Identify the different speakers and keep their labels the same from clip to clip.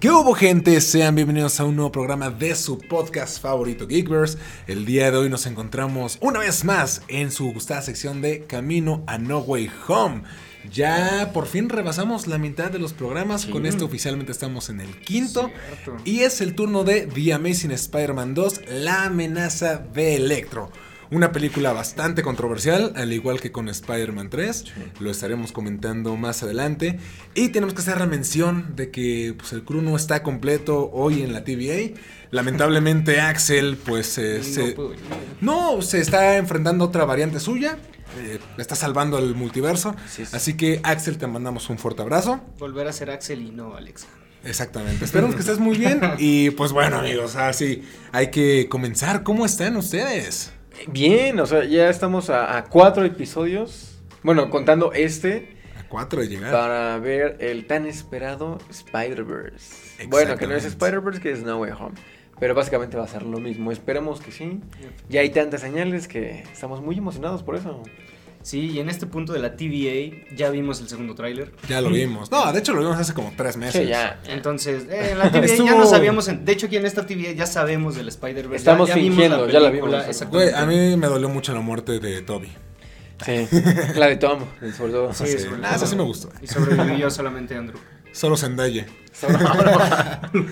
Speaker 1: ¿Qué hubo gente? Sean bienvenidos a un nuevo programa de su podcast favorito Geekverse. El día de hoy nos encontramos una vez más en su gustada sección de Camino a No Way Home. Ya por fin rebasamos la mitad de los programas, con este oficialmente estamos en el quinto
Speaker 2: Cierto.
Speaker 1: y es el turno de The Amazing Spider-Man 2, La amenaza de Electro. Una película bastante controversial, al igual que con Spider-Man 3, lo estaremos comentando más adelante. Y tenemos que hacer la mención de que pues, el crew no está completo hoy en la TVA. Lamentablemente Axel pues eh, se,
Speaker 2: puedo ir.
Speaker 1: no, se está enfrentando a otra variante suya. eh, está salvando al multiverso.
Speaker 3: Así es.
Speaker 1: Así que, Axel, te mandamos un fuerte abrazo.
Speaker 3: Volver a ser Axel y no Alexa.
Speaker 1: Exactamente. Esperamos que estés muy bien. Y pues bueno, amigos, así hay que comenzar. ¿Cómo están ustedes?
Speaker 2: Bien, o sea, ya estamos a, a cuatro episodios. Bueno, contando este
Speaker 1: A cuatro de llegar.
Speaker 2: para ver el tan esperado Spider-Verse. Bueno, que no
Speaker 1: Exactamente.
Speaker 2: es Spider-Verse, que es No Way Home. Pero básicamente va a ser lo mismo. Esperemos que sí. Ya hay tantas señales que estamos muy emocionados por eso.
Speaker 3: Sí, y en este punto de la TVA ya vimos el segundo tráiler.
Speaker 1: Ya lo vimos. No, de hecho lo vimos hace como tres meses.
Speaker 2: Sí, ya.
Speaker 3: Entonces, eh, en la TVA ya
Speaker 1: Estuvo-
Speaker 3: no sabíamos. en- de hecho, aquí en esta TVA ya sabemos del Spider-Verse. Ya-
Speaker 2: Estamos
Speaker 3: ya,
Speaker 2: fingiendo, ya la
Speaker 3: película,
Speaker 2: vimos.
Speaker 1: Güey, ah,
Speaker 3: exactamente.
Speaker 1: a mí me dolió mucho la muerte de Toby.
Speaker 2: Sí. La de Tom, sobre todo.
Speaker 3: Sí,
Speaker 1: Sí,
Speaker 3: sobre
Speaker 1: ah,
Speaker 3: todo.
Speaker 1: esa sí me gustó.
Speaker 3: Y sobrevivió solamente Andrew.
Speaker 1: Solo Zendaya.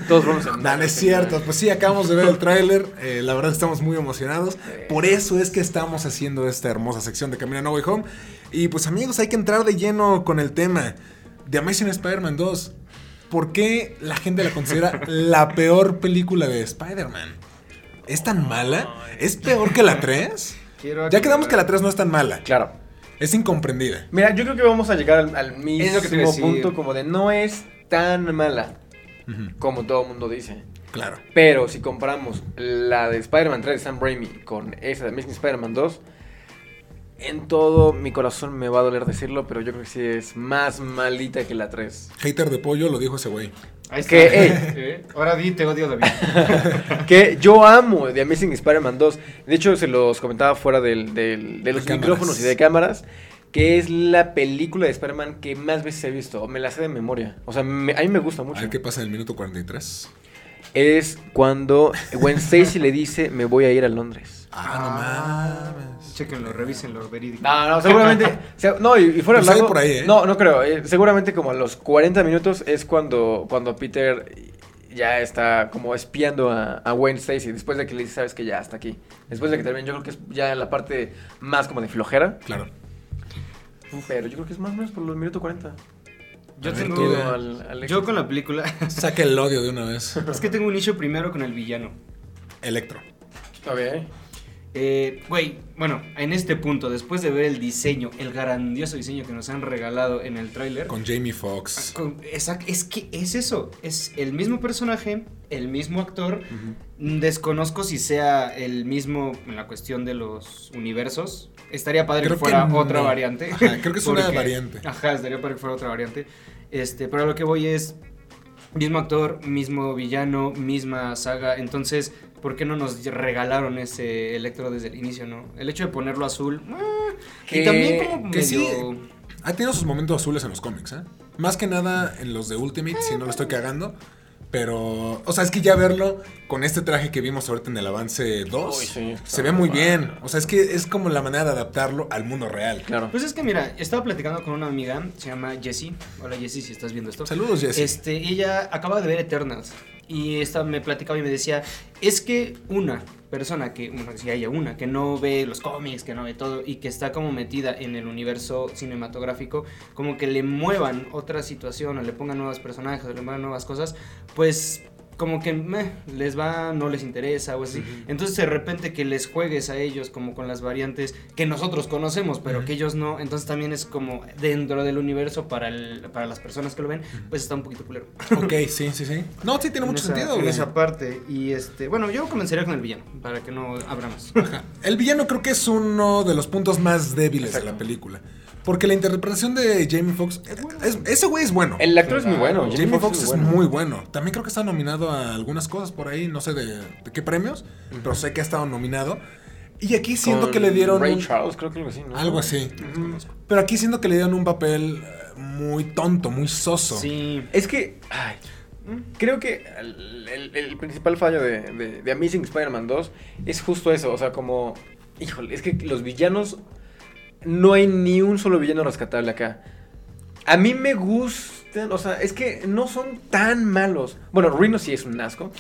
Speaker 2: Todos vamos a
Speaker 1: No, no es cierto. Pues sí, acabamos de ver el tráiler. eh, la verdad estamos muy emocionados. Por eso es que estamos haciendo esta hermosa sección de Camino a No Way Home. Y pues amigos, hay que entrar de lleno con el tema de Amazing Spider-Man 2. ¿Por qué la gente la considera la peor película de Spider-Man? ¿Es tan mala? ¿Es peor que la 3?
Speaker 3: Quiero
Speaker 1: Ya quedamos
Speaker 3: aclarar-
Speaker 1: que la 3 no es tan mala.
Speaker 2: Claro.
Speaker 1: Es incomprendida.
Speaker 2: Mira, yo creo que vamos a llegar al, al mismo
Speaker 3: Es lo que te iba a decir.
Speaker 2: punto como de no es tan mala
Speaker 1: Ujú,
Speaker 2: como todo el mundo dice.
Speaker 1: claro.
Speaker 2: Pero si comparamos la de Spider-Man 3 de Sam Raimi con esa de Amazing Spider-Man 2, en todo mi corazón me va a doler decirlo, pero yo creo que sí es más malita que la 3.
Speaker 1: Hater de pollo lo dijo ese güey.
Speaker 3: Ahí está.
Speaker 2: Que,
Speaker 3: Eh, Ahora di, te odio, David.
Speaker 2: Que yo amo de Amazing Spider-Man 2. De hecho, se los comentaba fuera del- del- de los
Speaker 1: De cámaras.
Speaker 2: micrófonos y de cámaras. Que es la película de Spider-Man que más veces he visto. Me la sé de memoria. O sea, me- a mí me gusta
Speaker 1: A
Speaker 2: mucho.
Speaker 1: ver qué pasa en el minuto 43.
Speaker 2: Es cuando Gwen Stacy le dice, me voy a ir a Londres.
Speaker 1: Ah, no mames.
Speaker 3: Chequenlo, revísenlo, verídico.
Speaker 2: No, no, seguramente. se- no, y, y fuera
Speaker 1: Pues
Speaker 2: largo-
Speaker 1: hay por ahí, ¿eh?
Speaker 2: No, no creo. eh, seguramente como a los 40 minutos es cuando, cuando Peter ya está como espiando a, a Gwen Stacy. Después de que le dice, sabes que ya hasta aquí. Después de que termine, yo creo que es ya la parte más como de flojera.
Speaker 1: Claro.
Speaker 2: Pero yo creo que es más o menos por los minutos 40.
Speaker 3: Yo
Speaker 1: A ver,
Speaker 3: tengo.
Speaker 1: tú,
Speaker 2: al- al-
Speaker 3: yo con la película.
Speaker 1: Saca el odio de una vez.
Speaker 3: es que tengo un issue primero con el villano.
Speaker 1: Electro.
Speaker 2: Ok.
Speaker 3: Eh, Güey, bueno, en este punto, después de ver el diseño, el grandioso diseño que nos han regalado en el tráiler.
Speaker 1: Con Jamie Foxx.
Speaker 3: con- exact- es que es eso, es el mismo personaje, el mismo actor. Mm, Desconozco si sea el mismo en la cuestión de los universos. Estaría padre
Speaker 1: Creo
Speaker 3: que fuera
Speaker 1: que no.
Speaker 3: otra variante.
Speaker 1: Ajá, creo que es una
Speaker 3: porque-
Speaker 1: variante.
Speaker 3: Ajá, estaría padre que fuera otra variante. Este, pero a lo que voy es mismo actor, mismo villano, misma saga. Entonces, ¿por qué no nos regalaron ese Electro desde el inicio, no? El hecho de ponerlo azul. ah,
Speaker 2: Que-
Speaker 3: y también como
Speaker 1: que
Speaker 3: medio
Speaker 1: sí. Ha tenido sus momentos azules en los cómics, ¿eh? Más que nada en los de Ultimate, si no lo estoy cagando. Pero, o sea, es que ya verlo con este traje que vimos ahorita en el avance 2,
Speaker 2: Uy, sí, está
Speaker 1: se ve muy
Speaker 2: guapo.
Speaker 1: bien. O sea, es que es como la manera de adaptarlo al mundo real.
Speaker 2: Claro.
Speaker 3: Pues es que mira, estaba platicando con una amiga, se llama Jessie. Hola Jessie, si estás viendo esto.
Speaker 1: Saludos, Jesse.
Speaker 3: Este, ella acaba de ver Eternals y esta me platicaba y me decía, es que una persona que, bueno, si haya una, que no ve los cómics, que no ve todo y que está como metida en el universo cinematográfico, como que le muevan otra situación o le pongan nuevos personajes o le muevan nuevas cosas, pues como que meh, les va, no les interesa o así. Entonces de repente que les juegues a ellos como con las variantes que nosotros conocemos, pero que ellos no, entonces también es como dentro del universo para, el, para las personas que lo ven, pues está un poquito culero.
Speaker 1: Ok, sí, sí, sí. No, sí, tiene
Speaker 3: En
Speaker 1: mucho
Speaker 3: esa-
Speaker 1: sentido,
Speaker 3: en
Speaker 1: güey.
Speaker 3: esa parte. Y este, bueno, yo comenzaría con el villano, para que no abramos.
Speaker 1: El villano creo que es uno de los puntos más débiles de la película. Porque la interpretación de Jamie Foxx, es- ese güey es bueno.
Speaker 2: El actor es muy bueno.
Speaker 1: Jamie Foxx es
Speaker 2: bueno.
Speaker 1: muy bueno. También creo que está nominado a algunas cosas por ahí, no sé de, de qué premios, pero sé que ha estado nominado. Y aquí siento
Speaker 2: Con
Speaker 1: que le dieron
Speaker 2: Ray
Speaker 1: un-
Speaker 2: Charles, creo que algo así, ¿no?
Speaker 1: algo así.
Speaker 2: Ujú.
Speaker 1: Pero aquí siento que le dieron un papel eh, muy tonto, muy soso.
Speaker 3: Sí.
Speaker 2: Es que. ay, Creo que el, el- el principal fallo de, de- de Amazing Spider-Man 2 es justo eso. O sea, como. Híjole, es que los villanos. No hay ni un solo villano rescatable acá. A mí me gustan. O sea, es que no son tan malos. Bueno, Rhino sí es un asco.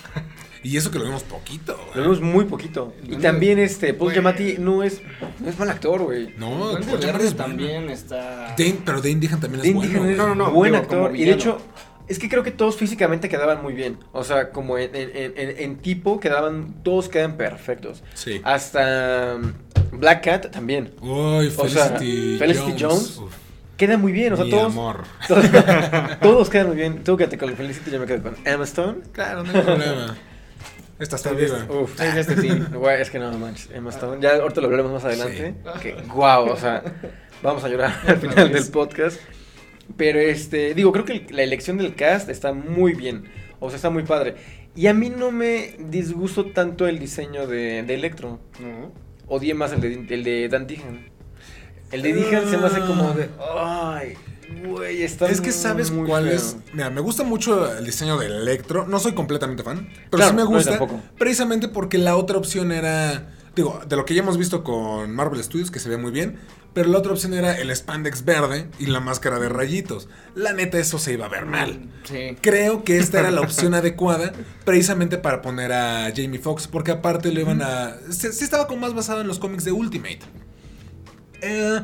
Speaker 1: Y eso que lo vemos poquito.
Speaker 2: Lo
Speaker 1: güey.
Speaker 2: vemos muy poquito. Y
Speaker 3: Duende-
Speaker 2: también este. Paul
Speaker 3: Güey.
Speaker 2: Giamatti no es. No es mal actor, güey.
Speaker 1: No, pues, Paul
Speaker 3: Duende
Speaker 1: Giamatti
Speaker 3: Verde
Speaker 1: es bueno.
Speaker 3: también está.
Speaker 1: Dane- pero Dane Dijan también es
Speaker 2: Dean
Speaker 1: bueno.
Speaker 2: Dijan
Speaker 1: güey.
Speaker 2: es
Speaker 3: No, no, no,
Speaker 2: buen
Speaker 3: digo, como
Speaker 2: actor. Y de
Speaker 3: villano.
Speaker 2: hecho, es que creo que todos físicamente quedaban muy bien. O sea, como en, en- en- en- en tipo, quedaban, todos quedan perfectos.
Speaker 1: Sí.
Speaker 2: Hasta mm, Black Cat también.
Speaker 1: Uy,
Speaker 2: O sea,
Speaker 1: Felicity,
Speaker 2: Felicity
Speaker 1: Jones.
Speaker 2: Jones, Queda muy bien, o sea,
Speaker 1: mi
Speaker 2: todos,
Speaker 1: amor.
Speaker 2: todos, todos quedan muy bien. Tú quédate con Felicity, yo me quedo con Emma Stone.
Speaker 1: Claro, no hay problema. Esta está viva.
Speaker 2: Uf.
Speaker 3: Es de este team.
Speaker 2: Güey, es que no manches, Emma Stone. Ya ahorita lo hablaremos más adelante.
Speaker 3: Sí.
Speaker 2: Que guau, o sea, vamos a llorar al final del podcast. Pero este, digo, creo que el- la elección del cast está muy bien. O sea, está muy padre. Y a mí no me disgustó tanto el diseño de, de Electro.
Speaker 3: No.
Speaker 2: Odié más el de, el de Dan Dijan. El de Dijan se me hace como de. Ay, güey, está
Speaker 1: Ah. Es que sabes
Speaker 2: muy
Speaker 1: cuál
Speaker 2: feo".
Speaker 1: es. Mira, me gusta mucho el diseño del Electro. No soy completamente fan, pero
Speaker 2: Claro,
Speaker 1: sí me
Speaker 2: no, yo
Speaker 1: gusta.
Speaker 2: tampoco.
Speaker 1: precisamente porque la otra opción era. Digo, de lo que ya hemos visto con Marvel Studios, que se ve muy bien. Pero la otra opción era el spandex verde y la máscara de rayitos. La neta, eso se iba a ver mal.
Speaker 3: Sí.
Speaker 1: Creo que esta era la opción adecuada precisamente para poner a Jamie Foxx, porque aparte lo iban a... se- Sí estaba como más basado en los cómics de Ultimate. Eh,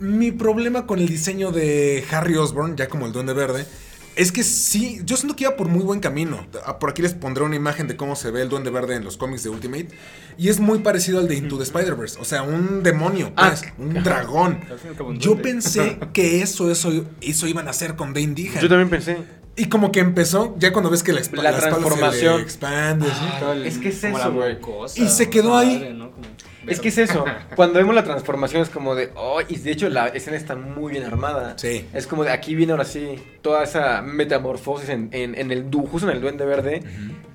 Speaker 1: mi problema con el diseño de Harry Osborn, ya como el Duende Verde, es que sí, yo siento que iba por muy buen camino. Ah, Por aquí les pondré una imagen de cómo se ve el Duende Verde en los cómics de Ultimate. Y es muy parecido al de Into the Spider-Verse, o sea, un demonio,
Speaker 2: Ah,
Speaker 1: pues, un dragón.
Speaker 3: Al fin y al cabo, un
Speaker 1: Yo
Speaker 3: duende.
Speaker 1: pensé que eso, eso, eso iban a hacer con Dane Dijan.
Speaker 2: Yo también pensé.
Speaker 1: Y como que empezó, ya cuando ves que la, expa-
Speaker 2: La
Speaker 1: espalda se le
Speaker 2: transformación.
Speaker 1: expande. ¿sí?
Speaker 2: Ah.
Speaker 3: Todo el-
Speaker 2: es que es
Speaker 3: como
Speaker 2: eso,
Speaker 3: la
Speaker 2: güey.
Speaker 3: mucosa,
Speaker 1: Y se quedó
Speaker 3: esa
Speaker 1: ahí.
Speaker 3: madre, ¿no? Como-
Speaker 2: Es que es eso. Cuando vemos la transformación es como de, oh, y de hecho la escena está muy bien armada.
Speaker 1: Sí.
Speaker 2: Es como de aquí viene ahora sí toda esa metamorfosis en, en, en el du, justo en el duende verde,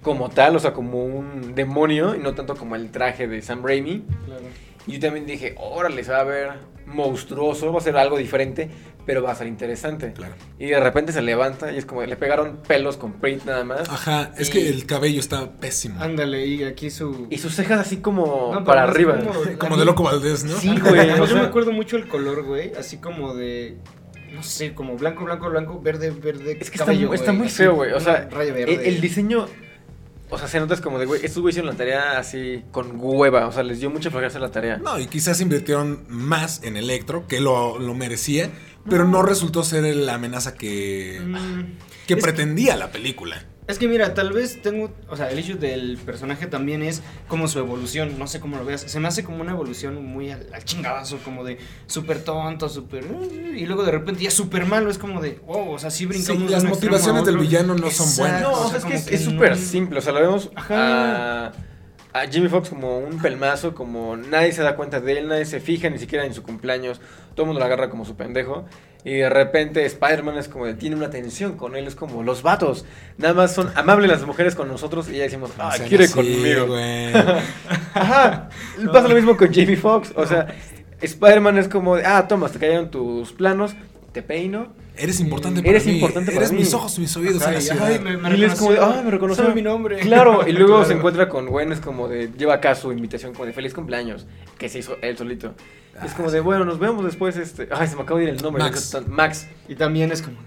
Speaker 2: como tal, o sea, como un demonio y no tanto como el traje de Sam Raimi.
Speaker 3: Claro.
Speaker 2: Y yo también dije, órale, se va a ver monstruoso, va a ser algo diferente, pero va a ser interesante.
Speaker 1: Claro.
Speaker 2: Y de repente se levanta y es como, le pegaron pelos con print nada más.
Speaker 1: Ajá, es
Speaker 2: Y-
Speaker 1: que el cabello está pésimo.
Speaker 2: Ah,
Speaker 3: Ándale, y aquí su.
Speaker 2: Y sus cejas así como
Speaker 3: No, pero
Speaker 2: para
Speaker 3: es
Speaker 2: arriba.
Speaker 3: como-
Speaker 1: Como de Loco Valdés, ¿no?
Speaker 2: Sí, güey.
Speaker 3: Yo
Speaker 2: o sea,
Speaker 3: me acuerdo mucho el color, güey. Así como de. No sé, como blanco, blanco, blanco, verde, verde.
Speaker 2: Es que está
Speaker 3: cabello,
Speaker 2: mu- está,
Speaker 3: güey,
Speaker 2: muy
Speaker 3: así,
Speaker 2: feo, güey. O
Speaker 3: una
Speaker 2: sea,
Speaker 3: raya
Speaker 2: el,
Speaker 3: verde.
Speaker 2: el diseño. O sea, se nota es como de, güey, estos güeyes hicieron la tarea así con hueva. O sea, les dio mucha flojera hacer la tarea.
Speaker 1: No, y quizás invirtieron más en Electro, que lo, lo merecía, pero no resultó ser la amenaza que,
Speaker 3: Mm,
Speaker 1: que
Speaker 3: es
Speaker 1: pretendía la película.
Speaker 3: Es que mira, tal vez tengo, o sea, el issue del personaje también es como su evolución, no sé cómo lo veas, se me hace como una evolución muy al, al chingadazo, como de súper tonto, súper... Y luego de repente ya súper malo, es como de, wow, o sea, sí brincamos...
Speaker 1: Sí,
Speaker 3: de
Speaker 1: las
Speaker 3: un extremo
Speaker 1: motivaciones
Speaker 3: a otro.
Speaker 1: del villano no son buenas.
Speaker 2: No, o sea, es
Speaker 3: como
Speaker 2: que es- es súper
Speaker 3: no-
Speaker 2: simple. O sea, lo vemos
Speaker 3: Ajá.
Speaker 2: a, a Jimmy Fox como un pelmazo, como nadie se da cuenta de él, nadie se fija ni siquiera en su cumpleaños. Todo el mundo lo agarra como su pendejo. Y de repente Spider-Man es como de, tiene una tensión con él, es como los vatos. Nada más son amables las mujeres con nosotros y ya decimos,
Speaker 1: No
Speaker 2: ah,
Speaker 1: sean
Speaker 2: quiere
Speaker 1: así,
Speaker 2: conmigo.
Speaker 1: güey.
Speaker 2: Ajá. Pasa lo mismo con Jamie Foxx. O sea, Spider-Man es como, de, ah, toma, te cayeron tus planos, te peino.
Speaker 1: Eres importante para
Speaker 2: Eres
Speaker 1: mí.
Speaker 2: importante para
Speaker 1: eres
Speaker 2: mí.
Speaker 1: mis ojos, mis oídos en la
Speaker 3: Ay,
Speaker 1: ciudad.
Speaker 3: ay, me, me
Speaker 2: y él es como de, ah, me reconoció.
Speaker 3: sabe mi nombre.
Speaker 2: Claro, y luego
Speaker 3: Claro.
Speaker 2: se encuentra con Gwen, es como de, lleva acá su invitación como de feliz cumpleaños, que se hizo él solito. Y es como de, bueno, nos vemos después, este, ay, se me acaba de ir el nombre.
Speaker 1: Ah, Max.
Speaker 2: Tan- Max.
Speaker 3: Y también es como...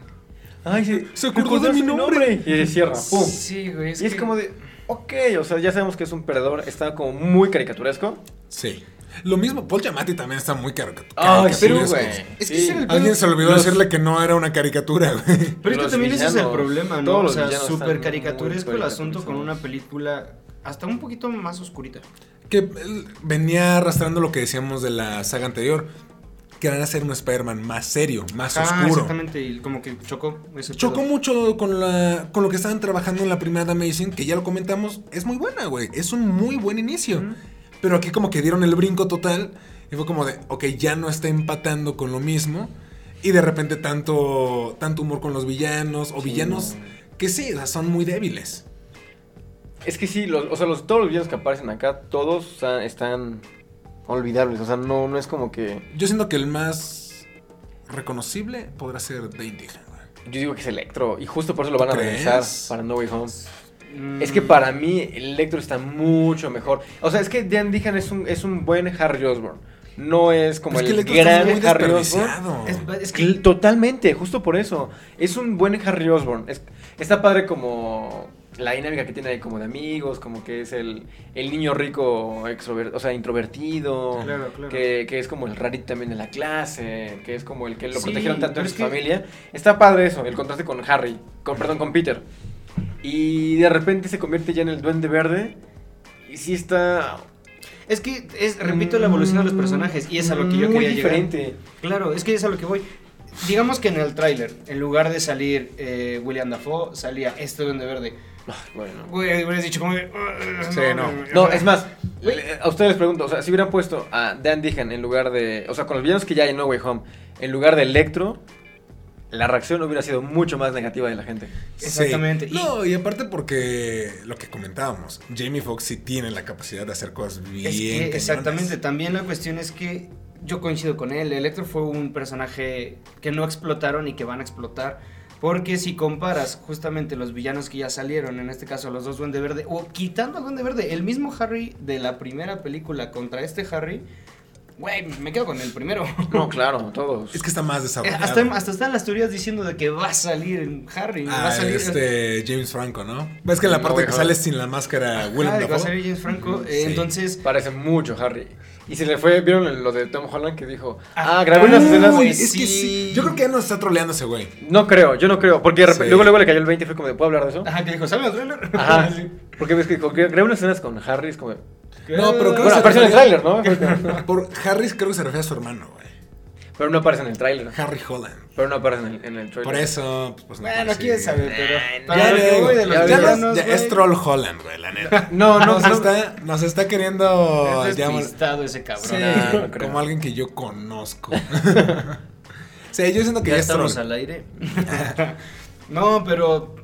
Speaker 2: Ay, se,
Speaker 1: Se acordó de mi nombre.
Speaker 2: Y se cierra, pum.
Speaker 3: Sí, güey.
Speaker 2: y es
Speaker 3: que-
Speaker 2: como de, ok, o sea, ya sabemos que es un perdedor, está como muy caricaturesco.
Speaker 1: Sí. Lo mismo, Paul Giamatti también está muy caricatura.
Speaker 2: Ay, pero,
Speaker 1: caricaturesco.
Speaker 2: güey.
Speaker 3: Es que
Speaker 2: sí.
Speaker 3: es el-
Speaker 1: Alguien se olvidó
Speaker 2: Los-
Speaker 1: decirle que no era una caricatura, güey.
Speaker 3: Pero es que
Speaker 2: Los
Speaker 3: también ese es el
Speaker 2: villanos,
Speaker 3: problema, ¿no?
Speaker 2: todos
Speaker 3: O
Speaker 2: los
Speaker 3: sea,
Speaker 2: villanos están
Speaker 3: súper caricaturesco
Speaker 2: muy
Speaker 3: el asunto con una
Speaker 2: caricaturizados.
Speaker 3: película hasta un poquito más oscurita.
Speaker 1: Que él venía arrastrando lo que decíamos de la saga anterior. Que van a ser un Spider-Man más serio, más oscuro.
Speaker 3: Ah, exactamente, y como que chocó ese
Speaker 1: Chocó
Speaker 3: pedo.
Speaker 1: mucho con, la, con lo que estaban trabajando en la primera de Amazing, que ya lo comentamos, es muy buena, güey. Es un muy buen inicio. Pero aquí como que dieron el brinco total y fue como de, ok, ya no está empatando con lo mismo. Y de repente tanto, tanto humor con los villanos o villanos que sí, o sea, son muy débiles.
Speaker 2: Es que sí, los, o sea, los, todos los videos que aparecen acá, todos o sea, están olvidables. O sea, no, no es como que.
Speaker 1: Yo siento que el más reconocible podrá ser Dane Dijan, güey.
Speaker 2: Yo digo que es Electro. Y justo por eso lo van a
Speaker 1: ¿Crees?
Speaker 2: regresar para No Way Home. Es
Speaker 3: Mm.
Speaker 2: que para mí Electro está mucho mejor. O sea, es que Dan Deacon es un, es un buen Harry Osborn. No es como
Speaker 1: Pues Es que
Speaker 2: el
Speaker 1: Electro está
Speaker 2: gran
Speaker 1: muy
Speaker 2: Harry Osborn.
Speaker 1: desperdiciado.
Speaker 3: Es, es que
Speaker 2: Cl- Totalmente, justo por eso. Es un buen Harry Osborn. Es- está padre como la dinámica que tiene ahí como de amigos, como que es el, el niño rico extrover- o sea, introvertido.
Speaker 3: Claro, claro.
Speaker 2: Que, que es como el rarito también de la clase, que es como el que lo
Speaker 3: Sí,
Speaker 2: protegieron tanto en
Speaker 3: pero
Speaker 2: su
Speaker 3: es que-
Speaker 2: familia. Está padre eso, el contraste con Harry, con, perdón, con Peter. Y de repente se convierte ya en el duende verde. Y sí está...
Speaker 3: Es que, es, repito, la evolución de los personajes y es a lo que yo
Speaker 2: muy
Speaker 3: quería
Speaker 2: diferente.
Speaker 3: llegar. Claro, es que es a lo que voy. Digamos que en el tráiler, en lugar de salir eh, William Dafoe, salía este duende verde.
Speaker 2: Ah, Bueno.
Speaker 3: Güey, hubieras dicho como... de, "Ah,
Speaker 1: Sí, no.
Speaker 2: No, es más,
Speaker 3: Güey.
Speaker 2: le- a ustedes les pregunto, o sea, si hubieran puesto a Dan Deacon en lugar de, o sea, con los villanos que ya hay en No Way Home, en lugar de Electro, la reacción hubiera sido mucho más negativa de la gente.
Speaker 1: Sí.
Speaker 3: Exactamente, y-
Speaker 1: No, y aparte porque lo que comentábamos, Jamie Foxx sí tiene la capacidad de hacer cosas bien.
Speaker 3: Es que,
Speaker 1: cañonas.
Speaker 3: exactamente, también la cuestión es que yo coincido con él, Electro fue un personaje que no explotaron y que van a explotar, porque si comparas justamente los villanos que ya salieron, en este caso los dos Duende Verde, o quitando al Duende Verde, el mismo Harry de la primera película contra este Harry, güey, me quedo con el primero.
Speaker 2: No, claro, todos.
Speaker 1: Es que está más
Speaker 3: Eh,
Speaker 1: desarrollado.
Speaker 3: Hasta, hasta están las teorías diciendo de que va a salir Harry, va
Speaker 1: Ah,
Speaker 3: a salir
Speaker 1: este James Franco, ¿no? Ves que en la
Speaker 2: No,
Speaker 1: parte que
Speaker 2: güey,
Speaker 1: sale sin la máscara Willem
Speaker 3: Ay, va a
Speaker 1: Dafoe.
Speaker 3: salir James Franco, eh,
Speaker 1: Sí.
Speaker 3: entonces...
Speaker 2: Parece mucho Harry. Y se le fue, ¿vieron lo de Tom Holland que dijo? Ah,
Speaker 3: Ah,
Speaker 2: grabé unas
Speaker 1: Uy,
Speaker 2: escenas.
Speaker 1: es que sí. Yo creo que ya nos está troleando ese güey.
Speaker 2: No creo, yo no creo, porque de repente-
Speaker 1: Sí.
Speaker 2: luego luego le cayó el 20 y fue como, de, ¿puedo hablar de eso?
Speaker 3: Ajá, que dijo, ¿sale el trailer?
Speaker 2: Ajá. Porque ves que dijo, grabé unas escenas con Harry, es como, de-
Speaker 1: No, pero creo que
Speaker 2: bueno,
Speaker 1: se
Speaker 2: apareció en el
Speaker 1: refería-
Speaker 2: tráiler, ¿no? Fue como-
Speaker 1: Por Harry creo que se refiere a su hermano, güey.
Speaker 2: Pero no aparece en el tráiler.
Speaker 1: Harry Holland.
Speaker 2: Pero no aparece en el, en el trailer.
Speaker 1: Por eso, pues, pues no
Speaker 3: Bueno,
Speaker 1: apareció.
Speaker 3: quién sabe, pero.
Speaker 2: Nah,
Speaker 1: Ya,
Speaker 3: para lo que
Speaker 1: luego,
Speaker 3: voy de
Speaker 1: ya
Speaker 3: los
Speaker 1: ves,
Speaker 3: villanos,
Speaker 1: ya
Speaker 3: güey,
Speaker 1: es troll Holland, güey, la neta.
Speaker 2: No, no,
Speaker 1: Nos,
Speaker 2: no.
Speaker 1: está, nos está queriendo
Speaker 3: Es
Speaker 1: ya mol-
Speaker 3: despistado ese cabrón.
Speaker 1: Sí,
Speaker 2: Ah, No, no creo.
Speaker 1: como alguien que yo conozco. sí, yo siento que ya,
Speaker 3: Ya
Speaker 1: es troll.
Speaker 3: estamos al aire. no, pero.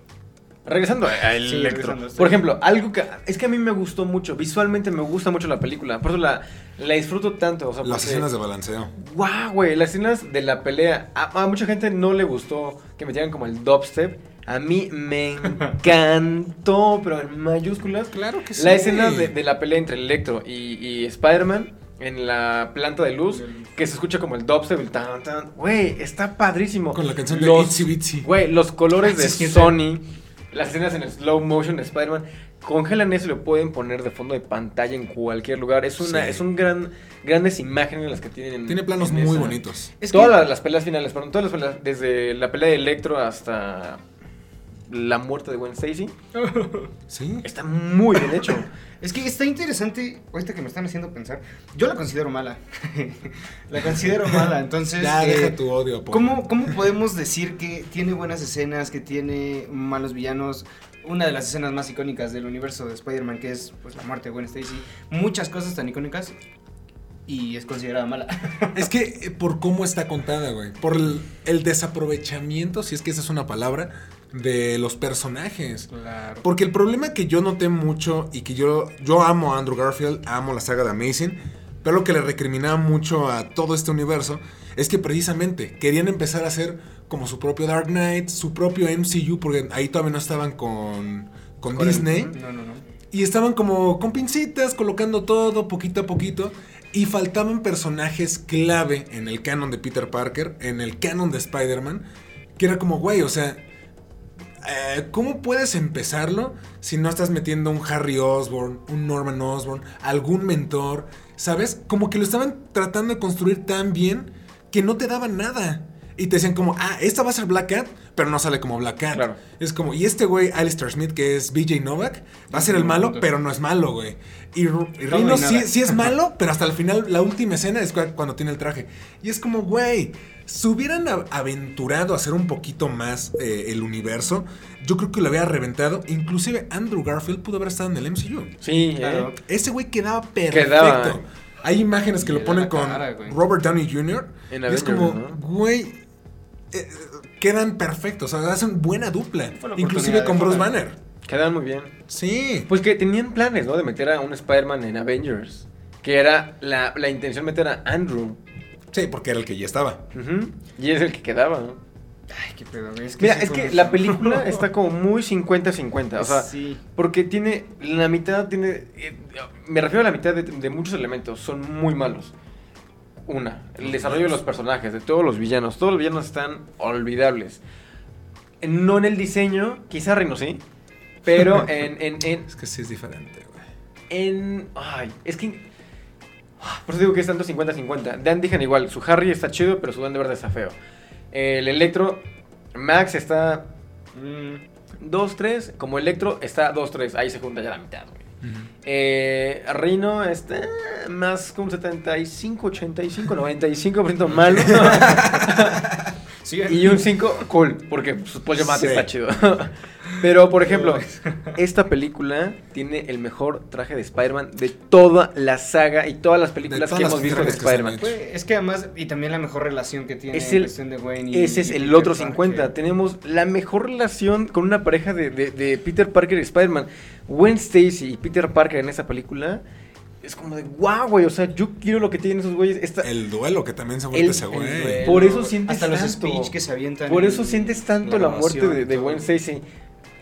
Speaker 2: Regresando a el
Speaker 3: Sí,
Speaker 2: Electro.
Speaker 3: regresando, sí.
Speaker 2: Por ejemplo, algo que. Es que a mí me gustó mucho. Visualmente me gusta mucho la película. Por eso la, la disfruto tanto. O sea,
Speaker 1: Las
Speaker 2: porque-
Speaker 1: escenas de balanceo.
Speaker 2: ¡Guau, güey! Las escenas de la pelea. A, a mucha gente no le gustó que metieran como el dubstep. A mí me encantó, pero en mayúsculas.
Speaker 1: Claro que
Speaker 2: La escena de, de la pelea entre Electro y, y Spider-Man en la planta de luz, que se escucha como el dubstep, el tan tan. Güey, está padrísimo.
Speaker 1: Con la canción de
Speaker 2: Los-
Speaker 1: Itsy Bitsy.
Speaker 2: Güey, los colores de
Speaker 3: Sí, sí, sí.
Speaker 2: Sony, las escenas en slow motion de Spider-Man, congelan eso y lo pueden poner de fondo de pantalla en cualquier lugar. Es una,
Speaker 1: Sí.
Speaker 2: es un gran, grandes imágenes las que tienen.
Speaker 1: Tiene planos
Speaker 2: en
Speaker 1: muy
Speaker 2: esa.
Speaker 1: bonitos.
Speaker 3: Es
Speaker 2: todas
Speaker 3: que-
Speaker 2: las, las peleas finales, perdón, todas las peleas, desde la pelea de Electro hasta la muerte de Gwen Stacy,
Speaker 1: Sí.
Speaker 2: está muy bien hecho.
Speaker 3: Es que está interesante. Ahorita que me están haciendo pensar. Yo la considero mala. la considero mala, entonces.
Speaker 1: Ya,
Speaker 3: eh,
Speaker 1: deja tu odio. por-
Speaker 3: ¿Cómo, ¿Cómo podemos decir que tiene buenas escenas, que tiene malos villanos? Una de las escenas más icónicas del universo de Spider-Man, que es pues, la muerte de Gwen Stacy. Muchas cosas tan icónicas y es considerada mala.
Speaker 1: Es que eh, por cómo está contada, güey. Por el, el desaprovechamiento, si es que esa es una palabra, de los personajes.
Speaker 3: Claro.
Speaker 1: Porque el problema que yo noté mucho y que yo, yo amo a Andrew Garfield, amo la saga de Amazing, pero lo que le recriminaba mucho a todo este universo es que precisamente querían empezar a hacer como su propio Dark Knight, su propio MCU, porque ahí todavía no estaban con, con
Speaker 2: Con el-
Speaker 1: Disney.
Speaker 3: No, no, no.
Speaker 1: Y estaban como con pincitas, colocando todo poquito a poquito. Y faltaban personajes clave en el canon de Peter Parker, en el canon de Spider-Man. Que era como, güey, o sea, eh, ¿cómo puedes empezarlo si no estás metiendo un Harry Osborn, un Norman Osborn, algún mentor? ¿Sabes? Como que lo estaban tratando de construir tan bien que no te daban nada. Y te decían como, ah, esta va a ser Black Cat, pero no sale como Black Cat.
Speaker 2: Claro.
Speaker 1: Es como, y este güey, Alistair Smith, que es BJ Novak, va a ser el malo, pero no es malo, güey. Y, Ru- y
Speaker 3: Todo
Speaker 1: Rhino
Speaker 3: y nada.
Speaker 1: sí, sí es malo, pero hasta el final, la última escena es cua- cuando tiene el traje. Y es como, güey, si hubieran a- aventurado a hacer un poquito más eh, el universo, yo creo que lo había reventado. Inclusive Andrew Garfield pudo haber estado en el MCU.
Speaker 2: Sí,
Speaker 3: Claro.
Speaker 2: eh.
Speaker 1: Ese güey quedaba perfecto.
Speaker 2: Quedaba.
Speaker 1: Hay imágenes que lo
Speaker 3: Le da
Speaker 1: ponen
Speaker 3: la
Speaker 1: con
Speaker 3: cara, güey.
Speaker 1: Robert Downey Jr.
Speaker 2: En
Speaker 1: y es
Speaker 2: Avengers,
Speaker 1: como,
Speaker 2: ¿no?
Speaker 1: güey, eh, quedan perfectos. O sea, hacen buena dupla.
Speaker 3: Fue la
Speaker 1: Inclusive
Speaker 3: oportunidad
Speaker 1: con
Speaker 3: de
Speaker 1: Bruce
Speaker 3: Holland.
Speaker 1: Banner.
Speaker 2: Quedan muy bien.
Speaker 1: Sí.
Speaker 2: Pues que tenían planes, ¿no? De meter a un Spider-Man en Avengers. Que era la, la intención meter a Andrew.
Speaker 1: Sí, porque era el que ya estaba.
Speaker 2: Ujú. Y es el que quedaba, ¿no?
Speaker 3: Ay, qué pedo, güey, Es
Speaker 2: Mira,
Speaker 3: sí
Speaker 2: es que
Speaker 3: conozco.
Speaker 2: la película está como muy 50-50. O sea,
Speaker 3: Sí.
Speaker 2: porque tiene. La mitad tiene. eh, me refiero a la mitad de, de muchos elementos. Son muy malos. Una, el desarrollo de los personajes, de todos los villanos. Todos los villanos están olvidables. No en el diseño, quizá Rino sí. Pero en. en, en,
Speaker 1: Es que sí es diferente, güey.
Speaker 2: en- ay, es que. ah, Por eso digo que es tanto 50-50. Dan Dijan igual. Su Harry está chido, pero su Dan de Verde está feo. El Electro. Max está. 2-3, como Electro está 2-3, ahí se junta ya la mitad, güey. Eh, Rino está más como 75, 85, 95% malo.
Speaker 3: Sí,
Speaker 2: y un 5, cool, porque pues, Pollo Mate
Speaker 1: Sí.
Speaker 2: está chido. Pero, por ejemplo, esta película tiene el mejor traje de Spider-Man de toda la saga y todas las películas
Speaker 1: todas
Speaker 2: que
Speaker 1: las
Speaker 2: hemos visto de
Speaker 1: películas que se han
Speaker 2: Spider-Man.
Speaker 1: hecho.
Speaker 3: Güey, es que además, y también la mejor relación que tiene
Speaker 2: Es
Speaker 3: en
Speaker 2: el-
Speaker 3: cuestión de Wayne y-
Speaker 2: Ese es
Speaker 3: y
Speaker 2: el
Speaker 3: Peter
Speaker 2: otro
Speaker 3: Parker.
Speaker 2: 50. Tenemos la mejor relación con una pareja de, de- de Peter Parker y Spider-Man. Gwen Stacy y Peter Parker en esa película es como de guau, güey. O sea, yo quiero lo que tienen esos güeyes. Esta-
Speaker 1: El duelo que también se
Speaker 2: El-
Speaker 1: vuelve ese
Speaker 2: el
Speaker 1: güey.
Speaker 2: duelo. Por eso sientes
Speaker 3: Hasta los
Speaker 2: tanto.
Speaker 3: speech que se avientan.
Speaker 2: por
Speaker 3: en-
Speaker 2: eso sientes tanto
Speaker 3: la
Speaker 2: la, muerte de,
Speaker 3: grabación,
Speaker 2: de
Speaker 3: todo.
Speaker 2: Gwen Stacy.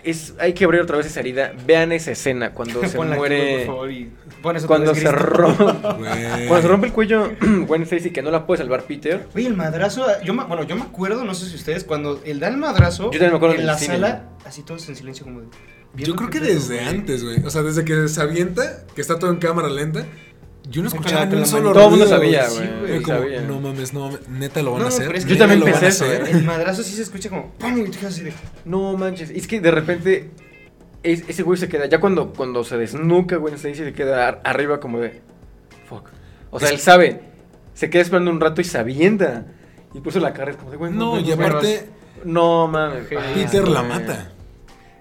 Speaker 2: Es, hay que abrir otra vez esa herida. Vean esa escena cuando se
Speaker 3: Ponla aquí, por
Speaker 2: muere.
Speaker 3: favor, y pon eso otra
Speaker 2: Cuando
Speaker 3: vez,
Speaker 2: se,
Speaker 3: Cristo.
Speaker 2: rompe,
Speaker 1: Güey.
Speaker 2: cuando se rompe el cuello Gwen Stacy, que no la puede salvar Peter.
Speaker 3: Oye, el madrazo, yo me, bueno, yo me acuerdo, no sé si ustedes, cuando el dan madrazo
Speaker 2: Yo también me acuerdo
Speaker 3: en
Speaker 2: del
Speaker 3: la
Speaker 2: cine.
Speaker 3: sala, así todos en silencio como de,
Speaker 1: Yo
Speaker 3: viendo
Speaker 1: creo
Speaker 3: qué
Speaker 1: que
Speaker 3: pedo,
Speaker 1: desde
Speaker 3: güey.
Speaker 1: antes, güey. O sea, desde que se avienta, que está todo en cámara lenta, yo no
Speaker 3: Ojalá
Speaker 1: escuchaba
Speaker 3: que
Speaker 1: ni un
Speaker 3: la
Speaker 1: solo
Speaker 3: mano-
Speaker 2: Todo el mundo
Speaker 1: ruido, güey.
Speaker 2: sabía,
Speaker 3: sí,
Speaker 2: güey.
Speaker 3: güey.
Speaker 1: Era como,
Speaker 2: sabía.
Speaker 1: no mames, no mames, neta lo van
Speaker 3: No,
Speaker 1: a
Speaker 3: no,
Speaker 1: hacer.
Speaker 3: pero es
Speaker 2: Yo
Speaker 1: ¿Neta
Speaker 2: también
Speaker 1: lo van a
Speaker 2: pensé eso,
Speaker 1: hacer?
Speaker 2: ¿eh?
Speaker 3: El madrazo sí se escucha como ¡pum! y te quedas así de "Ah,
Speaker 2: No manches, es que de repente es- ese güey se queda, ya cuando, cuando se desnuca, güey, se dice, se queda ar- arriba como de, fuck. O sea, él sabe, se queda esperando un rato y se avienta. Y puso la cara, es como de, güey,
Speaker 1: No,
Speaker 2: güey,
Speaker 1: y
Speaker 2: güey,
Speaker 1: aparte,
Speaker 2: vas- No, mames.
Speaker 3: Peter
Speaker 2: ah,
Speaker 1: Peter la
Speaker 2: güey.
Speaker 1: mata.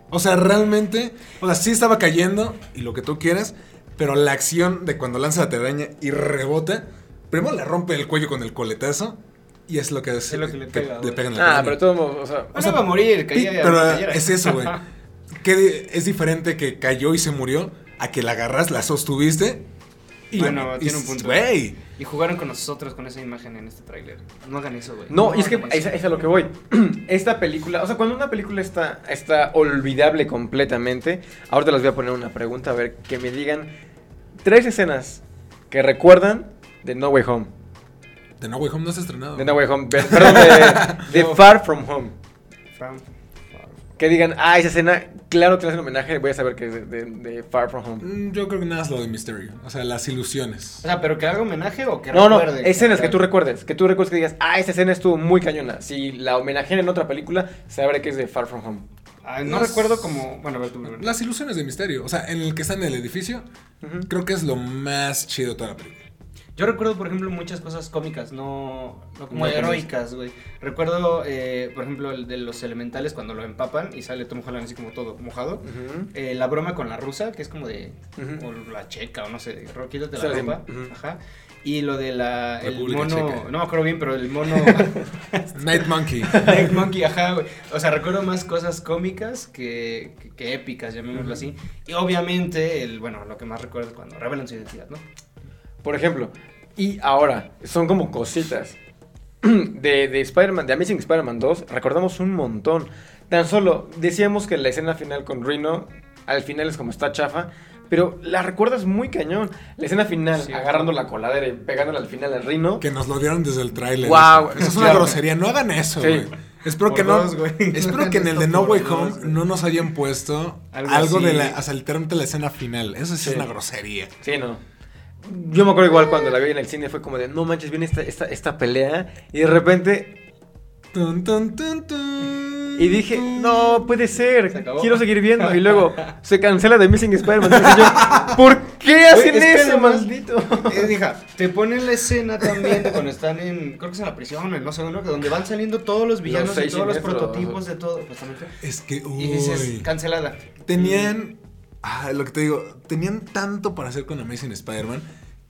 Speaker 1: O sea, realmente, o sea, sí estaba cayendo y lo que tú quieras, pero la acción de cuando lanza la telaraña y rebota, primero le rompe el cuello con el coletazo y es lo que, es,
Speaker 3: Es lo que le pega, güey.
Speaker 1: pega en la
Speaker 2: Ah,
Speaker 1: telaraña.
Speaker 2: pero todo, o sea,
Speaker 3: Ah, no va a morir,
Speaker 1: Pi-
Speaker 3: caía
Speaker 1: pero
Speaker 3: cayera.
Speaker 1: es eso, güey. Que de- es diferente que cayó y se murió a que la agarras, la sostuviste y
Speaker 3: Bueno,
Speaker 1: y-
Speaker 3: tiene un punto.
Speaker 1: Güey.
Speaker 3: Y jugaron con nosotros con esa imagen en este tráiler. No hagan eso, güey.
Speaker 2: No, y es que
Speaker 3: hagan
Speaker 2: es,
Speaker 3: eso.
Speaker 2: es a lo que voy. Esta película, o sea, cuando una película está, está olvidable completamente, ahorita les voy a poner una pregunta, a ver, que me digan tres escenas que recuerdan de No Way Home.
Speaker 1: De No Way Home no se ha estrenado.
Speaker 2: De No Way Home, per- perdón, de, de
Speaker 3: No.
Speaker 2: Far From Home.
Speaker 3: Fran-
Speaker 2: Que digan, ah, esa escena, claro que le hacen homenaje, voy a saber que es de, de- de Far From Home.
Speaker 1: Mm, Yo creo que nada es lo de Misterio. O sea, las ilusiones.
Speaker 3: O sea, pero que haga homenaje o que
Speaker 2: No, no,
Speaker 3: recuerde.
Speaker 2: escenas que tú recuerdes, que tú recuerdes que digas, ah, esa escena estuvo muy cañona. Si la homenajean en otra película, sabré que es de Far From Home.
Speaker 3: Ah, no
Speaker 1: Las-
Speaker 3: recuerdo como. Bueno, a ver tú. primero.
Speaker 1: Las ilusiones de Misterio. O sea, en el que están en el edificio,
Speaker 2: Ujú.
Speaker 1: creo que es lo más chido de toda la película.
Speaker 3: Yo recuerdo, por ejemplo, muchas cosas cómicas, no, no como
Speaker 2: No,
Speaker 3: heroicas, güey. Recuerdo, eh, por ejemplo, el de los elementales cuando lo empapan y sale Tom Holland así como todo mojado.
Speaker 2: Ujú.
Speaker 3: Eh, la broma con la rusa, que es como de.
Speaker 2: Ujú.
Speaker 3: O la checa, o no sé, de, "Ro- quítate
Speaker 2: Sí,
Speaker 3: la
Speaker 2: la
Speaker 3: ropa.
Speaker 2: ujú.
Speaker 3: Ajá. Y lo de la. El
Speaker 1: República
Speaker 3: mono.
Speaker 1: Checa.
Speaker 3: No me acuerdo bien, pero el mono.
Speaker 1: Night Monkey.
Speaker 3: Black Monkey, ajá, güey. O sea, recuerdo más cosas cómicas que, que, que épicas, llamémoslo así. Y obviamente, el, bueno, lo que más recuerdo es cuando revelan su identidad, ¿no?
Speaker 2: Por ejemplo, y ahora, son como cositas. De, de Spider-Man, de Amazing Spider-Man 2, recordamos un montón. Tan solo decíamos que la escena final con Rino, al final es como está chafa, pero la recuerdas muy cañón. La escena final,
Speaker 3: Sí.
Speaker 2: agarrando la coladera y pegándola al final al Rino.
Speaker 1: Que nos lo dieron desde el tráiler.
Speaker 2: Guau,
Speaker 1: Eso es una
Speaker 2: claro.
Speaker 1: grosería. No hagan eso,
Speaker 2: Sí.
Speaker 1: güey. Espero
Speaker 3: Por
Speaker 1: que no.
Speaker 3: dos, güey.
Speaker 1: espero que en el de
Speaker 3: Esto
Speaker 1: No
Speaker 3: por
Speaker 1: Way
Speaker 3: dos,
Speaker 1: Home
Speaker 3: güey.
Speaker 1: no nos hayan puesto algo,
Speaker 3: Algo
Speaker 1: de
Speaker 3: así.
Speaker 1: la. O sea, literalmente la escena final. Eso sí,
Speaker 2: Sí.
Speaker 1: es una grosería.
Speaker 2: Sí, no. Yo me acuerdo igual cuando la vi en el cine, fue como de, no manches, viene esta, esta, esta pelea, y de repente
Speaker 1: Tun, tun, tun, tun,
Speaker 2: Y dije,
Speaker 1: tun.
Speaker 2: no puede
Speaker 3: Se
Speaker 2: ser,
Speaker 3: acabó.
Speaker 2: quiero seguir viendo. Y luego se cancela The Missing Spider-Man. Entonces yo, ¿por qué hacen
Speaker 3: Güey, espera,
Speaker 2: eso,
Speaker 3: más-
Speaker 2: maldito?
Speaker 3: Eh, deja, te ponen la escena también de cuando están en, creo que es en la prisión, en no sé, ¿no? Que donde van saliendo todos los villanos
Speaker 2: Los
Speaker 3: y
Speaker 2: seis
Speaker 3: todos los
Speaker 2: siniestros.
Speaker 3: prototipos de todo, justamente.
Speaker 1: Es que, uy.
Speaker 3: Y dices, cancelada.
Speaker 1: Tenían. Ah, lo que te digo, tenían tanto para hacer con Amazing Spider-Man.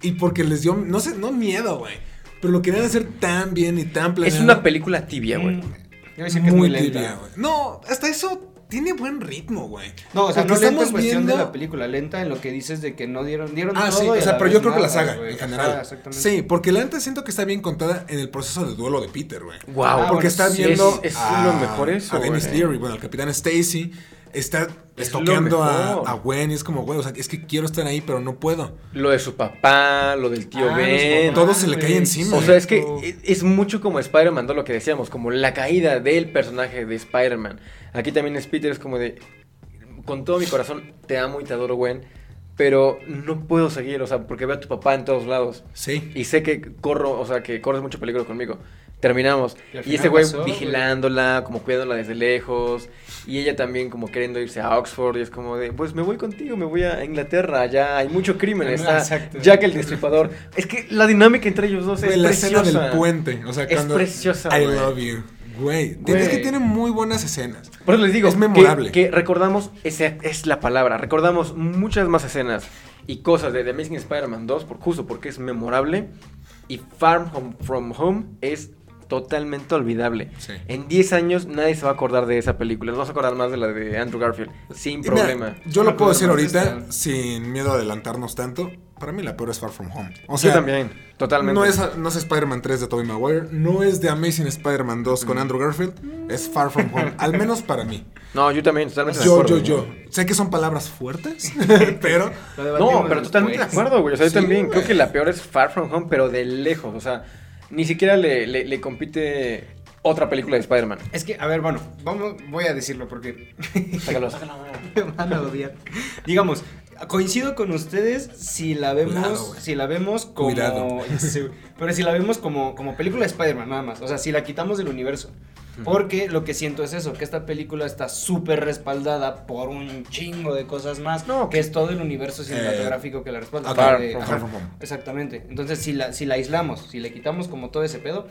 Speaker 1: Y porque les dio, no sé, no miedo, güey. Pero lo querían hacer tan bien y tan planeado.
Speaker 2: Es una película tibia,
Speaker 3: Mm,
Speaker 2: güey.
Speaker 3: Yo voy a decir que es muy lenta.
Speaker 1: tibia, güey. No, hasta eso tiene buen ritmo, güey.
Speaker 3: No, o sea,
Speaker 1: Porque
Speaker 3: no lenta en
Speaker 1: estamos
Speaker 3: cuestión de
Speaker 1: viendo-
Speaker 3: la película, lenta en lo que dices de que no dieron, dieron
Speaker 1: Ah,
Speaker 3: todo
Speaker 1: sí,
Speaker 3: y
Speaker 1: o
Speaker 3: a
Speaker 1: sea,
Speaker 3: la
Speaker 1: pero
Speaker 3: vez
Speaker 1: yo creo que la
Speaker 3: nada,
Speaker 1: saga,
Speaker 3: güey.
Speaker 1: en
Speaker 3: Ajá,
Speaker 1: general.
Speaker 3: exactamente.
Speaker 1: Sí, porque la neta siento que está bien contada en el proceso de duelo de Peter, güey.
Speaker 2: Wow.
Speaker 3: Ah,
Speaker 1: porque
Speaker 3: bueno,
Speaker 1: está
Speaker 3: sí,
Speaker 1: viendo
Speaker 2: es- es
Speaker 1: a,
Speaker 2: lo mejor eso,
Speaker 1: a Dennis
Speaker 2: güey.
Speaker 1: Leary, bueno, al Capitán Stacy, está
Speaker 2: Es
Speaker 1: estoqueando
Speaker 2: lo
Speaker 1: a,
Speaker 2: mejor.
Speaker 1: a Gwen y es como, güey, o sea, es que quiero estar ahí, pero no puedo.
Speaker 2: Lo de su papá, lo del tío
Speaker 3: Ah,
Speaker 2: Ben.
Speaker 3: los
Speaker 1: Todo se le
Speaker 3: papás,
Speaker 1: cae
Speaker 3: güey.
Speaker 1: encima.
Speaker 2: O sea, es que e- es mucho como Spider-Man, ¿no? lo que decíamos, como la caída del personaje de Spider-Man. Aquí también es Peter, es como de, con todo mi corazón, te amo y te adoro, Gwen, pero no puedo seguir, o sea, porque veo a tu papá en todos lados.
Speaker 1: Sí.
Speaker 2: Y sé que corro, o sea, que corres mucho peligro conmigo. Terminamos.
Speaker 3: Y al
Speaker 2: Y,
Speaker 3: final
Speaker 2: este güey
Speaker 3: pasó, güey.
Speaker 2: vigilándola, como cuidándola desde lejos. Y ella también como queriendo irse a Oxford. Y es como de, pues me voy contigo, me voy a Inglaterra. Ya hay mucho crimen.
Speaker 3: Ah,
Speaker 2: Está
Speaker 3: exacto.
Speaker 2: Jack el Destripador. Es que la dinámica entre ellos dos
Speaker 1: Güey,
Speaker 2: es
Speaker 1: la
Speaker 2: preciosa.
Speaker 1: escena del puente, o sea,
Speaker 2: Es
Speaker 1: cuando
Speaker 2: preciosa,
Speaker 1: I
Speaker 2: güey.
Speaker 1: love you. Güey, tienes
Speaker 2: Güey.
Speaker 1: que tiene muy buenas escenas.
Speaker 2: Por eso les digo
Speaker 1: Es
Speaker 2: que-
Speaker 1: memorable.
Speaker 2: Que, recordamos, esa es la palabra, recordamos muchas más escenas y cosas de The Amazing Spider-Man 2 por, justo porque es memorable y Farm Home From Home es totalmente olvidable.
Speaker 1: Sí.
Speaker 2: En 10 años nadie se va a acordar de esa película, nos vamos a acordar más de la de Andrew Garfield, sin
Speaker 1: Y mira,
Speaker 2: problema.
Speaker 1: yo
Speaker 3: No
Speaker 1: lo puedo
Speaker 3: recuerdo
Speaker 1: decir
Speaker 3: más de
Speaker 1: ahorita
Speaker 3: esta.
Speaker 1: sin miedo a adelantarnos tanto. Para mí la peor es Far From Home. O sea,
Speaker 2: yo también, totalmente.
Speaker 1: No es, no es Spider-Man 3 de Tobey Maguire, no es de Amazing Spider-Man 2
Speaker 2: Mm.
Speaker 1: con Andrew Garfield, es Far From Home, al menos para mí.
Speaker 2: No, yo también, totalmente de
Speaker 1: Yo, yo,
Speaker 2: acuerdo.
Speaker 1: yo. Sé que son palabras fuertes, pero
Speaker 3: Lo debatimos
Speaker 2: No, pero totalmente de
Speaker 3: después.
Speaker 2: acuerdo, güey. O sea,
Speaker 1: Sí,
Speaker 2: yo también
Speaker 1: güey.
Speaker 2: creo que la peor es Far From Home, pero de lejos. O sea, ni siquiera le, le- le compite otra película de Spider-Man.
Speaker 3: Es que, a ver, bueno, vamos, voy a decirlo porque
Speaker 2: Sácalo, sácalo.
Speaker 3: me van a odiar. Digamos, coincido con ustedes si la vemos,
Speaker 1: Cuidado, güey.
Speaker 3: si la vemos como,
Speaker 1: Cuidado.
Speaker 3: ya sé, pero si la vemos como, como película de Spider-Man nada más, o sea, si la quitamos del universo. Porque lo que siento es eso, que esta película está súper respaldada por un chingo de cosas más,
Speaker 2: No,
Speaker 3: que es todo el universo cinematográfico que la respalda.
Speaker 1: ok,
Speaker 3: Aparte
Speaker 2: Far
Speaker 1: Far
Speaker 3: ajá,
Speaker 1: From Home.
Speaker 3: Exactamente. Entonces, si la, si la aislamos, si le quitamos como todo ese pedo,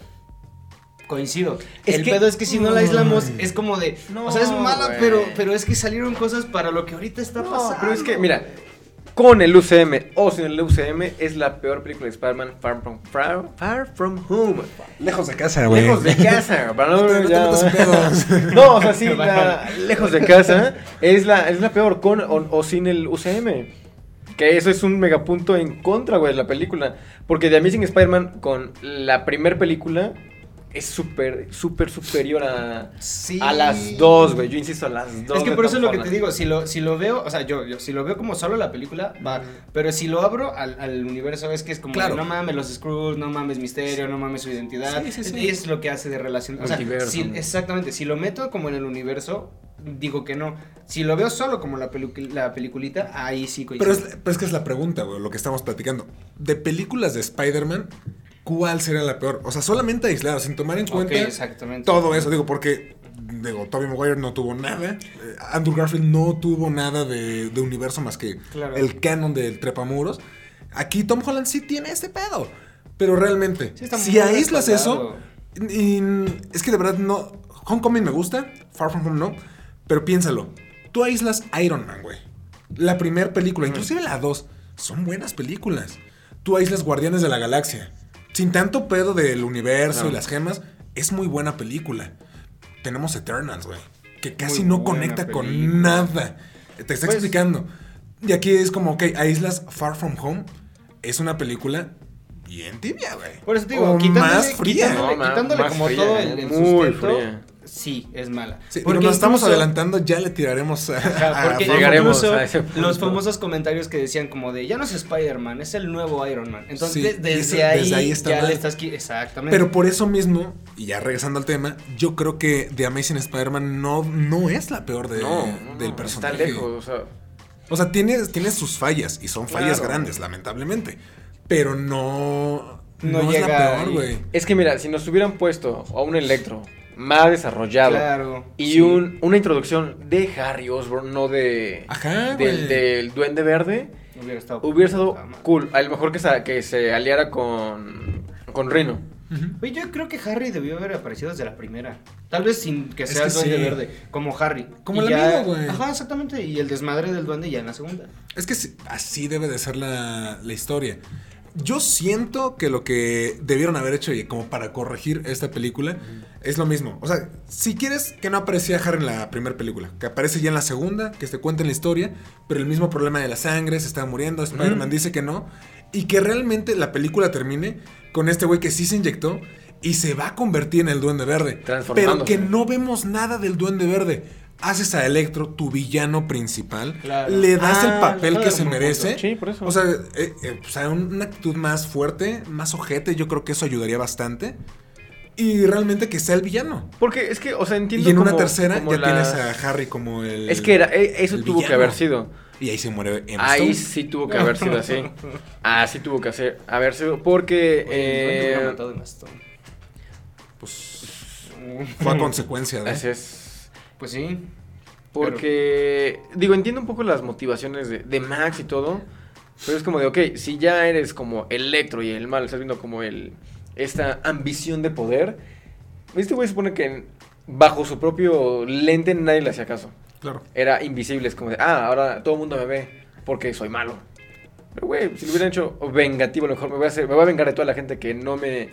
Speaker 3: coincido.
Speaker 2: Es
Speaker 3: el
Speaker 2: que-
Speaker 3: pedo es que si no la aislamos, es como de,
Speaker 2: No,
Speaker 3: o sea, es mala,
Speaker 2: güey.
Speaker 3: pero, pero es que salieron cosas para lo que ahorita está
Speaker 2: No,
Speaker 3: pasando.
Speaker 2: pero es que, mira, con el UCM o sin el UCM es la peor película de Spider-Man Far From, Far, Far From Home.
Speaker 1: lejos de casa,
Speaker 2: Lejos de casa. para no,
Speaker 1: No te- no te
Speaker 2: ya,
Speaker 1: metas en pedos.
Speaker 2: No, o sea, sí, la- lejos de casa es la, es la peor con o, o sin el UCM. Que eso es un megapunto en contra, güey, de la película. Porque The Amazing Spider-Man con la primer película es súper, súper superior a,
Speaker 3: Sí.
Speaker 2: a las dos, güey. Yo insisto, a las dos.
Speaker 3: Es que
Speaker 2: de
Speaker 3: por eso
Speaker 2: todas
Speaker 3: es lo que te
Speaker 2: formas.
Speaker 3: digo, si lo, si lo veo, o sea, yo, yo, si lo veo como solo la película, va, pero si lo abro al, al universo es que es como,
Speaker 1: Claro.
Speaker 3: no mames los Skrulls, no mames Misterio, no mames su identidad,
Speaker 1: Sí, sí, sí.
Speaker 3: y es lo que hace de relación, o sea,
Speaker 2: Multiverso,
Speaker 3: si-
Speaker 2: ¿no?
Speaker 3: exactamente, si lo meto como en el universo, digo que no, si lo veo solo como la, pelicu- la peliculita, ahí sí
Speaker 1: Pero
Speaker 3: coincido.
Speaker 1: es, pero es que es la pregunta, güey, lo que estamos platicando. De películas de Spider-Man, ¿cuál sería la peor? O sea, solamente aislado, sin tomar en
Speaker 3: Ok,
Speaker 1: cuenta
Speaker 3: exactamente.
Speaker 1: todo eso. Digo, porque, digo, Tobey Maguire no tuvo nada. eh, Andrew Garfield no tuvo nada de, de universo más que
Speaker 3: Claro.
Speaker 1: el canon del Trepamuros. Aquí Tom Holland sí tiene ese pedo. Pero realmente,
Speaker 3: Sí, está
Speaker 1: si
Speaker 3: muy
Speaker 1: aíslas eso,
Speaker 3: respaldado.
Speaker 1: y- y- es que de verdad no. Homecoming me gusta, Far From Home no. Pero piénsalo, tú aíslas Iron Man, güey. La primera película, inclusive la dos, son buenas películas. Tú aíslas Guardianes de la Galaxia. Sin tanto pedo del universo
Speaker 2: Claro.
Speaker 1: y las gemas, es muy buena película. Tenemos Eternals, güey. Que casi
Speaker 3: Muy
Speaker 1: no
Speaker 3: buena
Speaker 1: conecta con
Speaker 3: película.
Speaker 1: nada. Te está
Speaker 2: Pues-
Speaker 1: explicando. Y aquí es como, ok, aíslas Far From Home. Es una película bien tibia, güey.
Speaker 3: Por eso te digo,
Speaker 1: O
Speaker 3: quitándole,
Speaker 1: más fría.
Speaker 3: quitándole,
Speaker 2: No, ma-
Speaker 3: quitándole
Speaker 2: más
Speaker 3: como
Speaker 2: fría, ¿eh?
Speaker 3: todo el, el
Speaker 2: muy
Speaker 3: sustento,
Speaker 2: fría.
Speaker 3: sí, es mala.
Speaker 1: Sí, pero
Speaker 3: Porque
Speaker 1: nos estamos
Speaker 3: incluso-
Speaker 1: adelantando, ya le tiraremos a,
Speaker 3: Ajá,
Speaker 1: a Far
Speaker 3: porque
Speaker 1: From
Speaker 2: llegaremos.
Speaker 3: incluso
Speaker 2: a ese punto.
Speaker 3: los famosos comentarios que decían como de ya no es Spider-Man, es el nuevo Iron Man. Entonces
Speaker 1: Sí,
Speaker 3: de- desde,
Speaker 1: y eso-
Speaker 3: ahí,
Speaker 1: desde ahí está
Speaker 3: ya
Speaker 1: mal.
Speaker 3: le estás qui- exactamente.
Speaker 1: Pero por eso mismo, y ya regresando al tema, yo creo que The Amazing Spider-Man no, no es la peor de,
Speaker 2: No, no, no,
Speaker 1: del personaje.
Speaker 2: Está lejos, o sea.
Speaker 1: O sea, tiene, tiene sus fallas, y son fallas
Speaker 2: Claro.
Speaker 1: grandes, lamentablemente. Pero no. No,
Speaker 3: No
Speaker 1: es la
Speaker 3: llega
Speaker 1: peor,
Speaker 3: ahí.
Speaker 1: güey.
Speaker 2: Es que mira, si nos hubieran puesto a un electro más desarrollado
Speaker 3: claro.
Speaker 2: y
Speaker 3: sí.
Speaker 2: un, una introducción de Harry Osborn, no de
Speaker 1: Ajá, güey.
Speaker 2: del, del Duende Verde,
Speaker 3: hubiera estado
Speaker 2: hubiera estado
Speaker 3: puta madre.
Speaker 2: cool. A lo mejor que se, que se aliara con, con Rino.
Speaker 3: Oye, yo creo que Harry debió haber aparecido desde la primera. Tal vez sin que
Speaker 1: Es
Speaker 3: sea
Speaker 1: que
Speaker 3: el duende
Speaker 1: sí.
Speaker 3: verde, como Harry.
Speaker 1: Como
Speaker 3: Y
Speaker 1: el
Speaker 3: ya-
Speaker 1: amigo, güey.
Speaker 3: Ajá, exactamente. Y el desmadre del duende ya en la segunda.
Speaker 1: Es que sí- así debe de ser la, la historia. Yo siento que lo que debieron haber hecho y como para corregir esta película es lo mismo. O sea, si quieres que no aparecía Harry en la primera película, que aparece ya en la segunda, que se cuenta en la historia, pero el mismo problema de la sangre, se está muriendo, Spider-Man dice que no, y que realmente la película termine con este güey que sí se inyectó y se va a convertir en el Duende Verde. Pero
Speaker 2: Transformándose.
Speaker 1: que no vemos nada del Duende Verde. Haces a Electro tu villano principal,
Speaker 3: Claro.
Speaker 1: le das
Speaker 2: Ah,
Speaker 1: el papel
Speaker 2: claro,
Speaker 1: que se
Speaker 2: como-
Speaker 1: merece.
Speaker 2: sí, pues. por eso.
Speaker 1: O sea, eh, eh, o sea, un- una actitud más fuerte, más ojete, yo creo que eso ayudaría bastante. Y realmente que sea el villano.
Speaker 2: Porque es que, o sea, entiendo
Speaker 1: Y en una
Speaker 2: como-
Speaker 1: tercera
Speaker 2: como
Speaker 1: ya
Speaker 2: las-
Speaker 1: tienes a Harry como el.
Speaker 2: Es que era, e- eso
Speaker 1: el
Speaker 2: tuvo que
Speaker 1: villano.
Speaker 2: haber sido.
Speaker 1: Y ahí se muere Emma
Speaker 2: Ahí
Speaker 1: Stone.
Speaker 2: sí tuvo que haber sido así. Así tuvo que hacer, haber sido. Porque. eh,
Speaker 3: Hubiera matado a Emma Stone.
Speaker 1: Pues, fue a consecuencia de.
Speaker 2: así es.
Speaker 3: Pues sí.
Speaker 2: Porque, digo, entiendo un poco las motivaciones de, de Max y todo. Pero es como de, ok, si ya eres como Electro y el mal, estás viendo como el, esta ambición de poder. Este güey supone que bajo su propio lente nadie le hacía caso.
Speaker 1: Claro.
Speaker 2: Era invisible, es como de, ah, ahora todo el mundo me ve porque soy malo. Pero, güey, si lo hubieran hecho vengativo, a lo mejor me voy a, hacer- me voy a vengar de toda la gente que no me,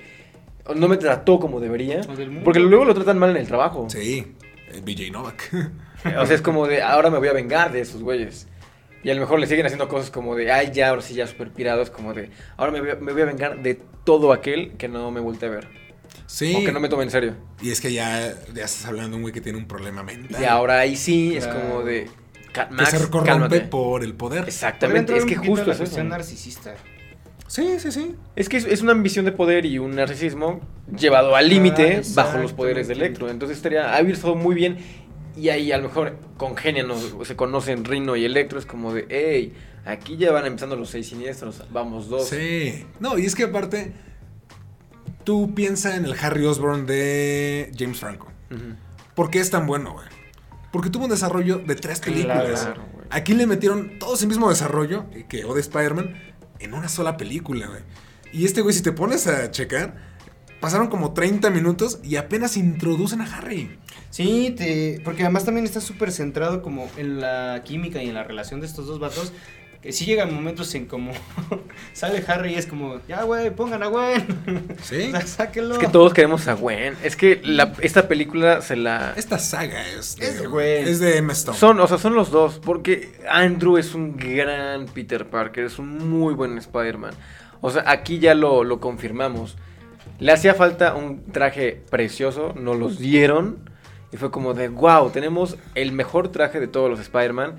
Speaker 2: no me trató como debería.
Speaker 3: O del mundo.
Speaker 2: Porque luego lo tratan mal en el trabajo.
Speaker 1: Sí. eh, BJ Novak.
Speaker 2: O sea, es como de, ahora me voy a vengar de esos güeyes. Y a lo mejor le siguen haciendo cosas como de, ay, ya, ahora sí, ya super pirados. Como de, ahora me voy, a- me voy a vengar de todo aquel que no me voltee a ver.
Speaker 1: sí.
Speaker 2: O que no me tome en serio.
Speaker 1: Y es que ya, ya estás hablando de un güey que tiene un problema mental.
Speaker 2: Y ahora ahí sí, es
Speaker 3: Claro.
Speaker 2: como de, "Ca-
Speaker 1: Que
Speaker 2: Max,
Speaker 1: se corrompe
Speaker 2: cálmate".
Speaker 1: por el poder.
Speaker 2: Exactamente, es que justo
Speaker 3: la
Speaker 2: es eso.
Speaker 3: cuestión narcisista.
Speaker 1: Sí, sí, sí.
Speaker 2: Es que es, es una ambición de poder y un narcisismo llevado al límite
Speaker 3: Ah,
Speaker 2: bajo los poderes de
Speaker 3: exactamente.
Speaker 2: Electro. Entonces estaría, haber estado muy bien. Y ahí a lo mejor congenian, o se conocen Rino y Electro. Es como de, hey, aquí ya van empezando los seis siniestros, vamos dos.
Speaker 1: Sí. No, y es que aparte, tú piensa en el Harry Osborn de James Franco.
Speaker 2: Ujú.
Speaker 1: ¿Por qué es tan bueno, güey? Porque tuvo un desarrollo de tres películas.
Speaker 2: Claro, güey.
Speaker 1: Aquí le metieron todo ese mismo desarrollo eh, que o de Spider-Man en una sola película, güey. Y este güey, si te pones a checar, pasaron como 30 minutos y apenas introducen a Harry.
Speaker 3: Sí, te, porque además también está súper centrado como en la química y en la relación de estos dos vatos. Que sí llegan momentos en como sale Harry y es como, ya güey, pongan a Gwen.
Speaker 1: Sí.
Speaker 3: Sa- Sáquenlo.
Speaker 2: Es que todos queremos a Gwen. Es que la- esta película se la.
Speaker 1: Esta saga es de,
Speaker 3: Es de güey.
Speaker 1: es de Emma Stone.
Speaker 2: Son, o sea, son los dos. Porque Andrew es un gran Peter Parker. Es un muy buen Spider-Man. O sea, aquí ya lo, lo confirmamos. Le hacía falta un traje precioso. Nos los dieron. Y fue como de, wow, tenemos el mejor traje de todos los Spider-Man.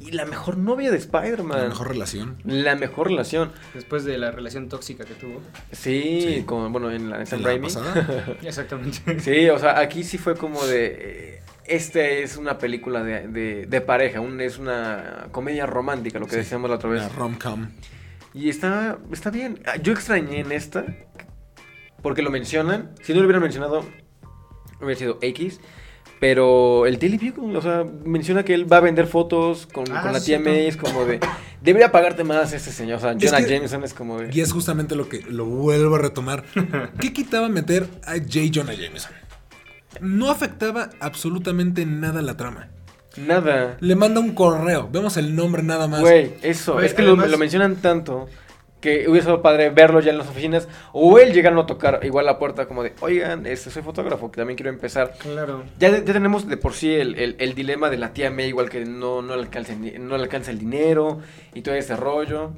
Speaker 2: Y la mejor novia de
Speaker 1: la
Speaker 2: Spider-Man.
Speaker 1: mejor relación.
Speaker 2: La mejor relación.
Speaker 3: Después de la relación tóxica que tuvo.
Speaker 2: Sí,
Speaker 1: Sí.
Speaker 2: con, bueno, en la en Sam
Speaker 1: ¿En la
Speaker 2: Raimi.
Speaker 1: pasada?
Speaker 3: Exactamente.
Speaker 2: Sí, o sea, aquí sí fue como de. eh, Esta es una película de, de- de pareja, un- es una comedia romántica, lo que
Speaker 1: Sí.
Speaker 2: decíamos la otra vez.
Speaker 1: La rom-com.
Speaker 2: Y está, está bien. Ah, Yo extrañé en esta, porque lo mencionan. Si no lo hubieran mencionado, hubiera sido X. Pero el Daily Bugle, o sea, menciona que él va a vender fotos con,
Speaker 3: Ah,
Speaker 2: con la
Speaker 3: sí,
Speaker 2: tía
Speaker 3: cierto.
Speaker 2: May. Es como de, debería pagarte más este señor. O sea,
Speaker 1: Es
Speaker 2: Jonah
Speaker 1: que-
Speaker 2: Jameson es como de.
Speaker 1: Y es justamente lo que lo vuelvo a retomar. ¿Qué quitaba meter a J. Jonah Jameson? No afectaba absolutamente nada la trama.
Speaker 2: Nada.
Speaker 1: Le manda un correo, vemos el nombre nada más.
Speaker 2: Güey, eso,
Speaker 3: Güey,
Speaker 2: es que lo-
Speaker 3: además-
Speaker 2: lo, mencionan tanto que hubiera sido padre verlo ya en las oficinas o él llegando a tocar igual la puerta como de, oigan, este, soy fotógrafo, que también quiero empezar.
Speaker 3: Claro.
Speaker 2: Ya, ya tenemos de por sí el, el- el dilema de la tía May, igual que no, no, le alcanza, el di- no le alcanza el dinero y todo ese rollo.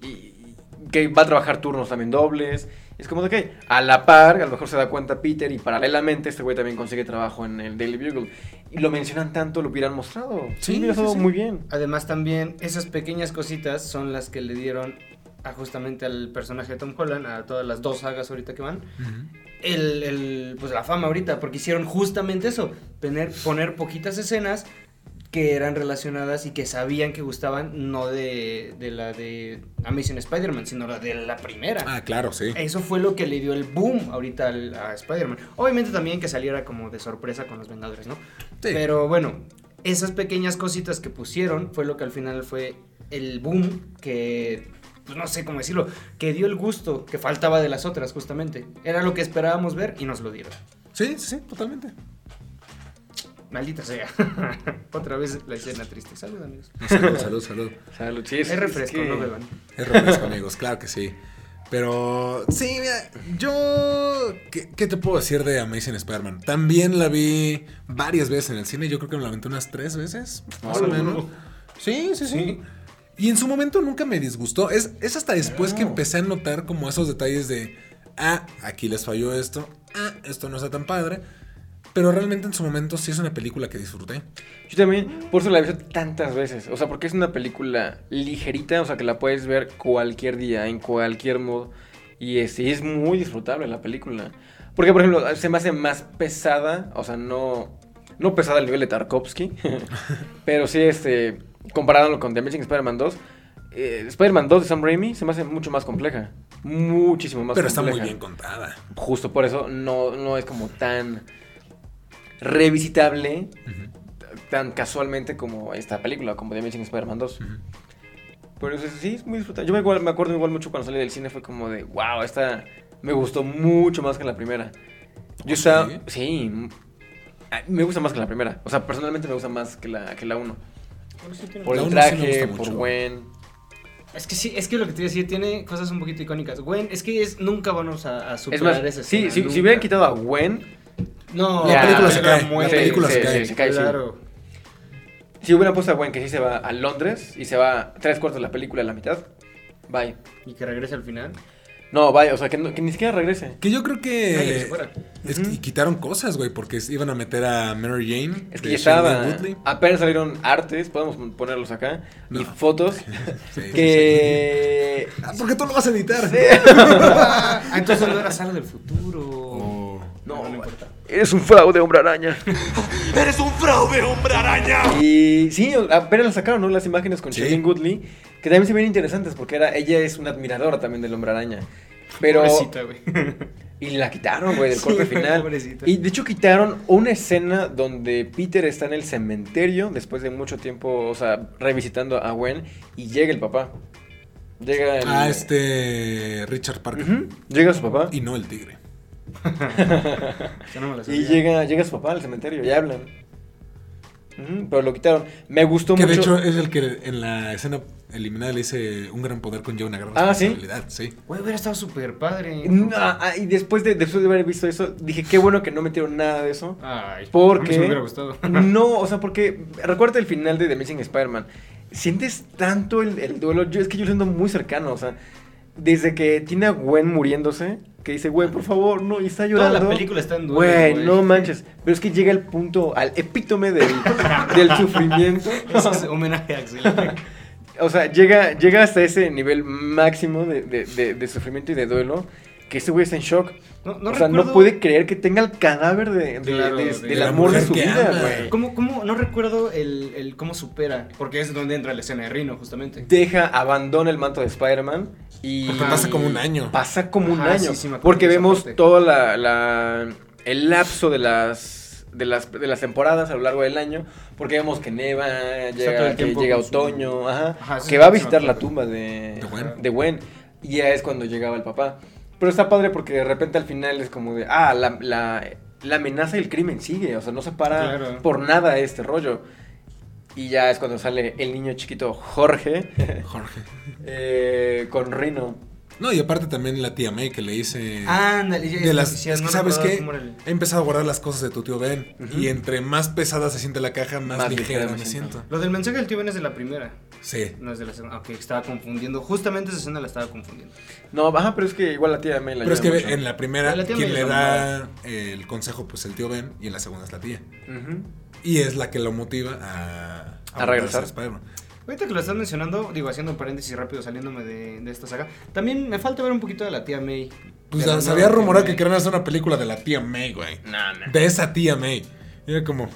Speaker 2: Y, y que va a trabajar turnos también dobles. Es como de que a la par, a lo mejor se da cuenta Peter y paralelamente este güey también consigue trabajo en el Daily Bugle. Y lo mencionan tanto, lo hubieran mostrado.
Speaker 1: Sí,
Speaker 2: Sí, hubiera
Speaker 1: sí,
Speaker 2: estado
Speaker 1: sí.
Speaker 2: muy bien.
Speaker 3: Además también esas pequeñas cositas son las que le dieron a justamente al personaje de Tom Holland, a todas las dos sagas ahorita que van,
Speaker 1: Ujú.
Speaker 3: el, el, pues la fama ahorita, porque hicieron justamente eso, poner, poner poquitas escenas que eran relacionadas y que sabían que gustaban, no de, de la de Amazing Spider-Man, sino la de la primera.
Speaker 1: Ah, claro, sí.
Speaker 3: Eso fue lo que le dio el boom ahorita al- a Spider-Man. Obviamente también que saliera como de sorpresa con los Vengadores, ¿no?
Speaker 1: Sí.
Speaker 3: Pero bueno, esas pequeñas cositas que pusieron fue lo que al final fue el boom que, pues no sé cómo decirlo, que dio el gusto que faltaba de las otras justamente. Era lo que esperábamos ver y nos lo dieron.
Speaker 1: Sí, sí, sí, totalmente.
Speaker 3: Maldita sea. Otra vez la escena triste. Salud amigos.
Speaker 1: No, salud, salud, salud.
Speaker 2: Salud, sí, es-
Speaker 3: Es
Speaker 2: es
Speaker 3: refresco,
Speaker 2: que-
Speaker 3: no beban.
Speaker 1: Es refresco, amigos, claro que sí. Pero sí, mira, yo... ¿qué, qué te puedo decir de Amazing Spider-Man? También la vi varias veces en el cine, yo creo que me la aventé unas tres veces, más o
Speaker 2: Hola,
Speaker 1: menos. Sí, sí, sí. Y en su momento nunca me disgustó. Es, es hasta después que empecé a notar como esos detalles de, ah, aquí les falló esto, ah, esto no está tan padre. Pero realmente en su momento sí es una película que disfruté.
Speaker 2: Yo también, por eso la he visto tantas veces. O sea, porque es una película ligerita, o sea, que la puedes ver cualquier día, en cualquier modo. Y es, y es muy disfrutable la película. Porque, por ejemplo, se me hace más pesada, o sea, no, no pesada al nivel de Tarkovsky, pero sí, este, comparándolo con The Amazing Spider-Man 2, eh, Spider-Man 2 de Sam Raimi se me hace mucho más compleja. Muchísimo más
Speaker 1: pero está
Speaker 2: compleja.
Speaker 1: muy bien contada.
Speaker 2: Justo por eso no, no es como tan revisitable tan casualmente como esta película, como The Amazing Spider-Man 2.
Speaker 1: Ujú.
Speaker 2: Pero sí, sí, es muy disfrutable. Yo me, igual- me acuerdo igual mucho cuando salí del cine, fue como de, wow, esta me gustó mucho más que la primera. Yo estaba,
Speaker 1: ¿Sí?
Speaker 2: sí, m- ah, me gusta más que la primera. O sea, personalmente me gusta más que la, que la 1. Por
Speaker 1: La
Speaker 2: el
Speaker 1: uno sí me
Speaker 2: traje,
Speaker 1: gusta
Speaker 2: por
Speaker 1: mucho.
Speaker 2: Gwen.
Speaker 3: Es que sí, es que lo que te iba a decir tiene cosas un poquito icónicas. Gwen, es que es, nunca vamos a, a
Speaker 2: Es
Speaker 3: superar
Speaker 2: más,
Speaker 3: esa
Speaker 2: sí,
Speaker 3: escena,
Speaker 2: si, si
Speaker 3: nunca.
Speaker 2: hubieran quitado a Gwen,
Speaker 3: No,
Speaker 1: La
Speaker 2: Ya,
Speaker 1: película
Speaker 2: la
Speaker 1: se cae. La
Speaker 2: muerte.
Speaker 1: película
Speaker 2: Sí,
Speaker 1: se
Speaker 2: sí,
Speaker 1: cae.
Speaker 2: sí, se cae, sí.
Speaker 3: Claro.
Speaker 2: si hubieran puesto a Gwen que sí se va a Londres y se va tres cuartos de la película a la mitad, bye.
Speaker 3: Y que regrese al final.
Speaker 2: No, bye, o sea, que, no- que ni siquiera regrese.
Speaker 1: Que yo creo
Speaker 3: Ay, que se
Speaker 1: que...
Speaker 3: fuera.
Speaker 1: Es que quitaron cosas, güey, porque es- iban a meter a Mary Jane.
Speaker 2: Es que
Speaker 1: de
Speaker 2: ya estaba.
Speaker 1: Shailene Woodley.
Speaker 2: Apenas salieron artes, podemos ponerlos acá, y
Speaker 1: No.
Speaker 2: fotos
Speaker 1: Sí, sí,
Speaker 2: que.
Speaker 1: sí. Ah, porque tú lo vas a editar.
Speaker 3: Ah, entonces no era Sara del futuro.
Speaker 1: Oh.
Speaker 2: No,
Speaker 3: No, no importa.
Speaker 2: eres un fraude, hombre araña.
Speaker 4: ¡Eres un fraude, hombre araña!
Speaker 2: y sí, apenas las sacaron, ¿no? Las imágenes con
Speaker 1: Sí.
Speaker 2: Shailene Goodley, que también se ven interesantes porque era, ella es una admiradora también del hombre araña. Pero.
Speaker 3: Pobrecita, güey.
Speaker 2: Y la quitaron, güey, del
Speaker 3: Sí,
Speaker 2: corte
Speaker 3: güey,
Speaker 2: final.
Speaker 3: pobrecita.
Speaker 2: Y de hecho quitaron una escena donde Peter está en el cementerio después de mucho tiempo, o sea, revisitando a Gwen y llega el papá. Llega el,
Speaker 1: Ah, este... Richard Parker.
Speaker 2: Ujú, Llega su papá.
Speaker 1: Y no el tigre.
Speaker 3: Ya no me la
Speaker 2: Y
Speaker 3: sabía.
Speaker 2: llega, llega su papá al cementerio y hablan. Ujú, pero lo quitaron. Me gustó
Speaker 1: Que
Speaker 2: mucho.
Speaker 1: de hecho es el que en la escena eliminada le dice un gran poder conlleva una gran
Speaker 2: Ah, ¿sí?
Speaker 1: responsabilidad. sí.
Speaker 3: Güey, hubiera estado súper padre.
Speaker 2: No, ah, y después de, después de haber visto eso, dije, qué bueno que no metieron nada de eso.
Speaker 3: Ay,
Speaker 2: Porque-
Speaker 3: a mí sí me hubiera gustado.
Speaker 2: No, o sea, porque recuerda el final de The Amazing Spider-Man. Sientes tanto el, el duelo. Yo, es que yo lo siento muy cercano, o sea. Desde que tiene a Gwen muriéndose, que dice, Gwen, por favor, no, y está
Speaker 3: Toda
Speaker 2: llorando.
Speaker 3: la película está en duelo.
Speaker 2: Güey, no manches. Pero es que llega el punto, al epítome del, del sufrimiento.
Speaker 3: Eso es homenaje a Axel.
Speaker 2: O sea, llega, llega hasta ese nivel máximo de, de- de- de sufrimiento y de duelo que ese güey está en shock.
Speaker 3: No, no
Speaker 2: o sea,
Speaker 3: recuerdo-
Speaker 2: no puede creer que tenga el cadáver de, de-
Speaker 3: Claro,
Speaker 2: de-
Speaker 3: de
Speaker 2: del
Speaker 3: la
Speaker 2: amor de
Speaker 1: mujer
Speaker 2: su
Speaker 1: que
Speaker 2: vida,
Speaker 1: ama.
Speaker 2: güey.
Speaker 3: ¿Cómo, cómo, no recuerdo el, el cómo supera, porque es donde entra la escena de Rino, justamente.
Speaker 2: Deja, abandona el manto de Spider-Man y...
Speaker 1: Porque pasa como un año.
Speaker 2: Pasa como un
Speaker 3: Ajá,
Speaker 2: año.
Speaker 3: sí, sí, me acuerdo
Speaker 2: porque
Speaker 3: de esa
Speaker 2: vemos
Speaker 3: parte.
Speaker 2: todo la, la- el lapso de las, de las de las temporadas a lo largo del año. Porque vemos que neva,
Speaker 3: todo
Speaker 2: llega,
Speaker 3: el
Speaker 2: que
Speaker 3: tiempo
Speaker 2: llega
Speaker 3: con su-
Speaker 2: otoño, ajá,
Speaker 3: Ajá, sí,
Speaker 2: que
Speaker 3: sí,
Speaker 2: va a
Speaker 3: sí, me
Speaker 2: visitar la
Speaker 3: acuerdo.
Speaker 2: tumba de,
Speaker 1: De Gwen.
Speaker 2: de Gwen. Y ya es cuando llegaba el papá. Pero está padre porque de repente al final es como de, ah, la, la- la amenaza y el crimen sigue. O sea, no se para
Speaker 3: Claro.
Speaker 2: por nada este rollo. Y ya es cuando sale el niño chiquito Jorge
Speaker 1: Jorge.
Speaker 2: eh, con Rino.
Speaker 1: No, y aparte también la tía May que le dice...
Speaker 3: Ándale, Ah, ya
Speaker 1: de
Speaker 3: es
Speaker 1: las,
Speaker 3: oficial,
Speaker 1: es que
Speaker 3: no
Speaker 1: ¿sabes
Speaker 3: recuerdo
Speaker 1: qué?
Speaker 3: cómo era el-
Speaker 1: He empezado a guardar las cosas de tu tío Ben.
Speaker 2: Ujú.
Speaker 1: Y entre más pesada se siente la caja, más,
Speaker 2: Más
Speaker 1: ligera,
Speaker 2: ligera me
Speaker 1: me
Speaker 2: siento.
Speaker 1: siento.
Speaker 3: Lo del mensaje del tío Ben es de la primera,
Speaker 1: Sí.
Speaker 3: no es de la segunda. Ah, Ok, estaba confundiendo. Justamente esa escena la estaba confundiendo.
Speaker 2: No, ajá, pero es que igual la tía May la
Speaker 1: Pero es que
Speaker 2: ayuda
Speaker 1: ve- en la primera,
Speaker 3: La tía
Speaker 1: quien
Speaker 3: May
Speaker 1: le
Speaker 3: es
Speaker 1: da el consejo, pues el tío Ben, y en la segunda es la tía.
Speaker 2: mucho. Ujú.
Speaker 1: Y es la que lo motiva a,
Speaker 2: A regresar.
Speaker 1: volverse Spider-Man.
Speaker 3: Ahorita que lo estás mencionando, digo, haciendo un paréntesis rápido, saliéndome de, de esta saga, también me falta ver un poquito de la tía May.
Speaker 1: Pues
Speaker 3: De la
Speaker 1: se
Speaker 3: nueva
Speaker 1: había
Speaker 3: tía
Speaker 1: rumorado
Speaker 3: May.
Speaker 1: que querían hacer una película de la tía May, güey.
Speaker 2: No, no.
Speaker 1: De esa tía May. Y era como,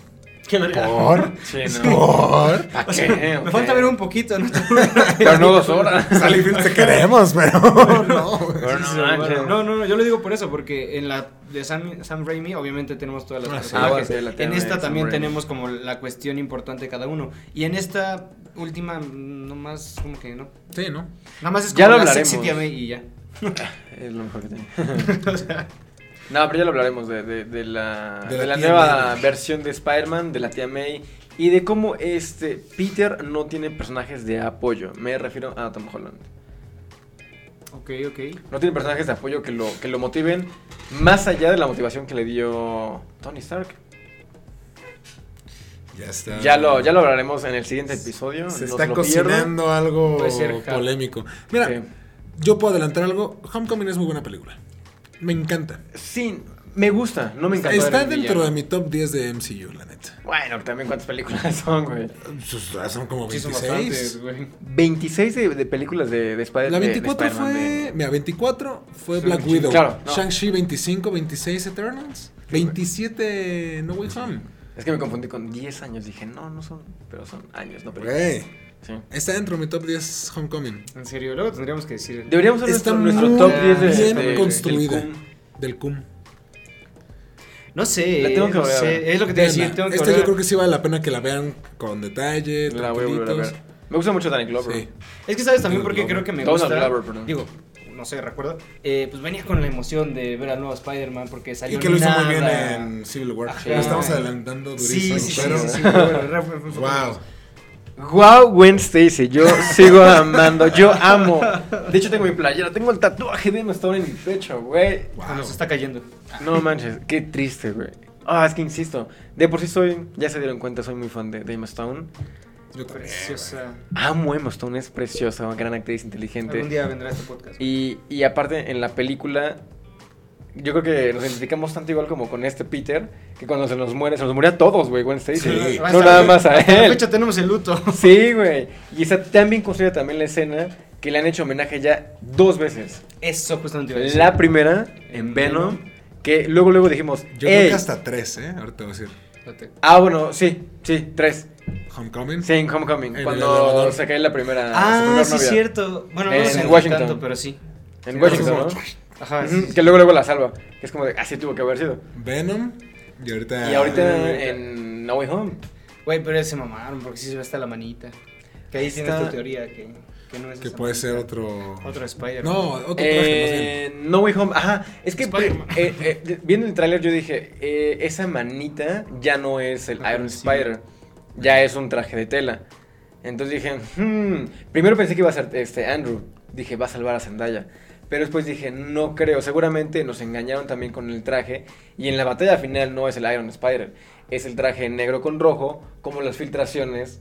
Speaker 3: Qué verga.
Speaker 1: ¿por?
Speaker 2: Sí,
Speaker 1: ¿Por?
Speaker 2: ¿Para
Speaker 3: O sea,
Speaker 2: qué?
Speaker 3: Me falta ver un poquito, ¿no?
Speaker 2: Pero no dos horas.
Speaker 1: Salir te queremos, pero no. güey.
Speaker 2: Pero no
Speaker 3: Sí,
Speaker 2: manches.
Speaker 3: bueno. no, no, no, yo lo digo por eso, porque en la de Sam, Sam Raimi obviamente tenemos todas las
Speaker 1: Ah, sí.
Speaker 3: personajes.
Speaker 2: Ah, bueno, sí, la
Speaker 3: en
Speaker 2: tiene
Speaker 3: esta
Speaker 2: Sam
Speaker 3: también
Speaker 2: Raimi.
Speaker 3: tenemos como la cuestión importante de cada uno. Y en esta última, nomás como que no.
Speaker 1: Sí, ¿no?
Speaker 3: Nada más es como
Speaker 2: Ya lo
Speaker 3: la
Speaker 2: hablaremos.
Speaker 3: sexy tía May y ya.
Speaker 2: Es lo mejor que tiene.
Speaker 3: o sea,
Speaker 2: No, pero ya lo hablaremos de, de- de la,
Speaker 1: De la
Speaker 2: de la
Speaker 1: tía
Speaker 2: nueva
Speaker 1: May.
Speaker 2: versión de Spider-Man, de la tía May, y de cómo este Peter no tiene personajes de apoyo. Me refiero a Tom Holland.
Speaker 3: Ok, ok.
Speaker 2: No tiene personajes de apoyo que lo, que lo motiven más allá de la motivación que le dio Tony Stark.
Speaker 1: Ya está.
Speaker 2: Ya lo, ya lo hablaremos en el siguiente episodio.
Speaker 1: Se
Speaker 2: no
Speaker 1: está
Speaker 2: lo pierdan.
Speaker 1: cocinando algo
Speaker 3: Puede ser, ja.
Speaker 1: polémico. Mira, yo puedo adelantar algo. Homecoming es muy buena película. Me encanta.
Speaker 2: Sí. Sí, me gusta, no me encanta.
Speaker 1: Está dentro de mi top 10 de MCU, la neta.
Speaker 2: Bueno, también cuántas películas son, güey.
Speaker 1: Pues, ah, Son como
Speaker 3: Sí, son
Speaker 1: 26.
Speaker 3: bastantes, güey.
Speaker 2: 26 de, de películas de, de Spider-
Speaker 1: La
Speaker 2: Eh, de- de
Speaker 1: 24
Speaker 2: Spider-Man, de-
Speaker 1: fue. Mira, 24 fue
Speaker 3: Sí,
Speaker 1: Black
Speaker 3: sí,
Speaker 1: Widow.
Speaker 2: claro, no.
Speaker 1: Shang-Chi 25, 26 Eternals. 27 No Way Home.
Speaker 2: Es que me confundí con 10 años. Dije, no, no son, pero son años, no películas.
Speaker 1: Güey,
Speaker 2: Sí.
Speaker 1: está dentro de mi top 10 Homecoming.
Speaker 3: En serio, luego tendríamos que decir.
Speaker 2: Deberíamos hacer
Speaker 1: Está
Speaker 2: nuestro, nuestro
Speaker 1: muy
Speaker 2: top 10 de,
Speaker 1: bien
Speaker 2: de- del
Speaker 1: construida.
Speaker 2: CUM.
Speaker 1: Del CUM.
Speaker 3: No sé.
Speaker 2: La tengo que
Speaker 3: no
Speaker 2: volver a
Speaker 3: sé,
Speaker 2: ver.
Speaker 3: Es lo que te iba a decir.
Speaker 1: Veanla.
Speaker 3: Tengo que
Speaker 1: Esta
Speaker 3: volver
Speaker 1: yo
Speaker 3: a-
Speaker 1: creo que sí vale la pena que la vean con detalle.
Speaker 2: La voy a volver a
Speaker 1: tranquilitos.
Speaker 2: ver. Me gusta mucho Danny Glover.
Speaker 1: Sí.
Speaker 3: Es que sabes también por qué
Speaker 1: Donald
Speaker 3: creo que me
Speaker 2: Donald
Speaker 3: gusta.
Speaker 2: Glover, perdón.
Speaker 3: Digo, no sé, recuerdo. Eh, pues venía con la emoción de ver al nuevo Spider-Man porque salió
Speaker 1: Y que lo hizo muy bien
Speaker 3: nada.
Speaker 1: en Civil War.
Speaker 3: Ajá.
Speaker 1: Lo estamos adelantando durísimo.
Speaker 3: Sí, sí, sí,
Speaker 1: pero...
Speaker 3: sí, sí, pero el rap fue- fue- fue-
Speaker 1: Wow.
Speaker 2: Wow, Gwen Stacy, yo sigo amando, yo amo. De hecho, tengo mi playera, tengo el tatuaje de Emma Stone en mi pecho, güey.
Speaker 3: Se Nos está cayendo.
Speaker 2: No manches, qué triste, güey. Ah, es que insisto, de por sí soy, ya se dieron cuenta, soy muy fan de, de Emma Stone.
Speaker 1: Yo también,
Speaker 3: Preciosa.
Speaker 2: Amo a Emma Stone, es preciosa, una gran actriz inteligente.
Speaker 3: Algún día vendrá este podcast.
Speaker 2: Y, y aparte, en la película, yo creo que nos identificamos tanto igual como con este Peter, que cuando se nos muere, se nos muere a todos, güey, Gwen Stacy.
Speaker 1: Sí.
Speaker 2: No nada más a
Speaker 3: Hasta la
Speaker 2: él.
Speaker 3: fecha tenemos el luto.
Speaker 2: Sí, güey. Y está tan bien construida también la escena que le han hecho homenaje ya dos veces.
Speaker 3: Eso justamente iba a decir.
Speaker 2: La primera en Venom, que luego luego dijimos,
Speaker 1: Yo creo
Speaker 2: "Ey".
Speaker 1: que hasta tres, ¿eh? Ahorita te voy a decir.
Speaker 3: Espérate.
Speaker 2: ah, bueno, sí, sí, tres.
Speaker 1: Homecoming.
Speaker 2: Sí, en Homecoming,
Speaker 1: En el
Speaker 2: cuando
Speaker 1: elevador.
Speaker 2: se cae la primera. su
Speaker 3: Ah,
Speaker 2: primera
Speaker 3: sí,
Speaker 2: novia.
Speaker 3: cierto. Bueno,
Speaker 2: En
Speaker 3: no sé
Speaker 2: Washington.
Speaker 3: tanto, pero sí.
Speaker 2: En Washington, ¿no?
Speaker 3: Ajá. Ah, sí,
Speaker 2: Ujú,
Speaker 3: sí,
Speaker 2: Que luego luego la salva. Que es como de, así tuvo que haber sido.
Speaker 1: Venom. Y ahorita.
Speaker 2: Y
Speaker 3: Ah,
Speaker 2: ahorita en No Way Home.
Speaker 3: Güey, pero se mamaron porque sí se ve hasta la manita. Que ahí tienes
Speaker 2: Está-
Speaker 3: tu teoría que, que no es
Speaker 1: Que
Speaker 3: esa
Speaker 1: puede ser
Speaker 3: manita.
Speaker 1: otro.
Speaker 3: otro Spider-Man.
Speaker 1: No, otro traje más bien.
Speaker 2: Eh, no Way Home, ajá, es que
Speaker 3: Spider-Man.
Speaker 2: eh, eh, viendo el tráiler yo dije, eh, esa manita ya no es el
Speaker 3: Ajá,
Speaker 2: Iron
Speaker 3: sí.
Speaker 2: Spider, ya es un traje de tela. Entonces dije, hmm, primero pensé que iba a ser este Andrew, dije, va a salvar a Zendaya. Pero después dije, no creo, seguramente nos engañaron también con el traje y en la batalla final no es el Iron Spider, es el traje negro con rojo, como las filtraciones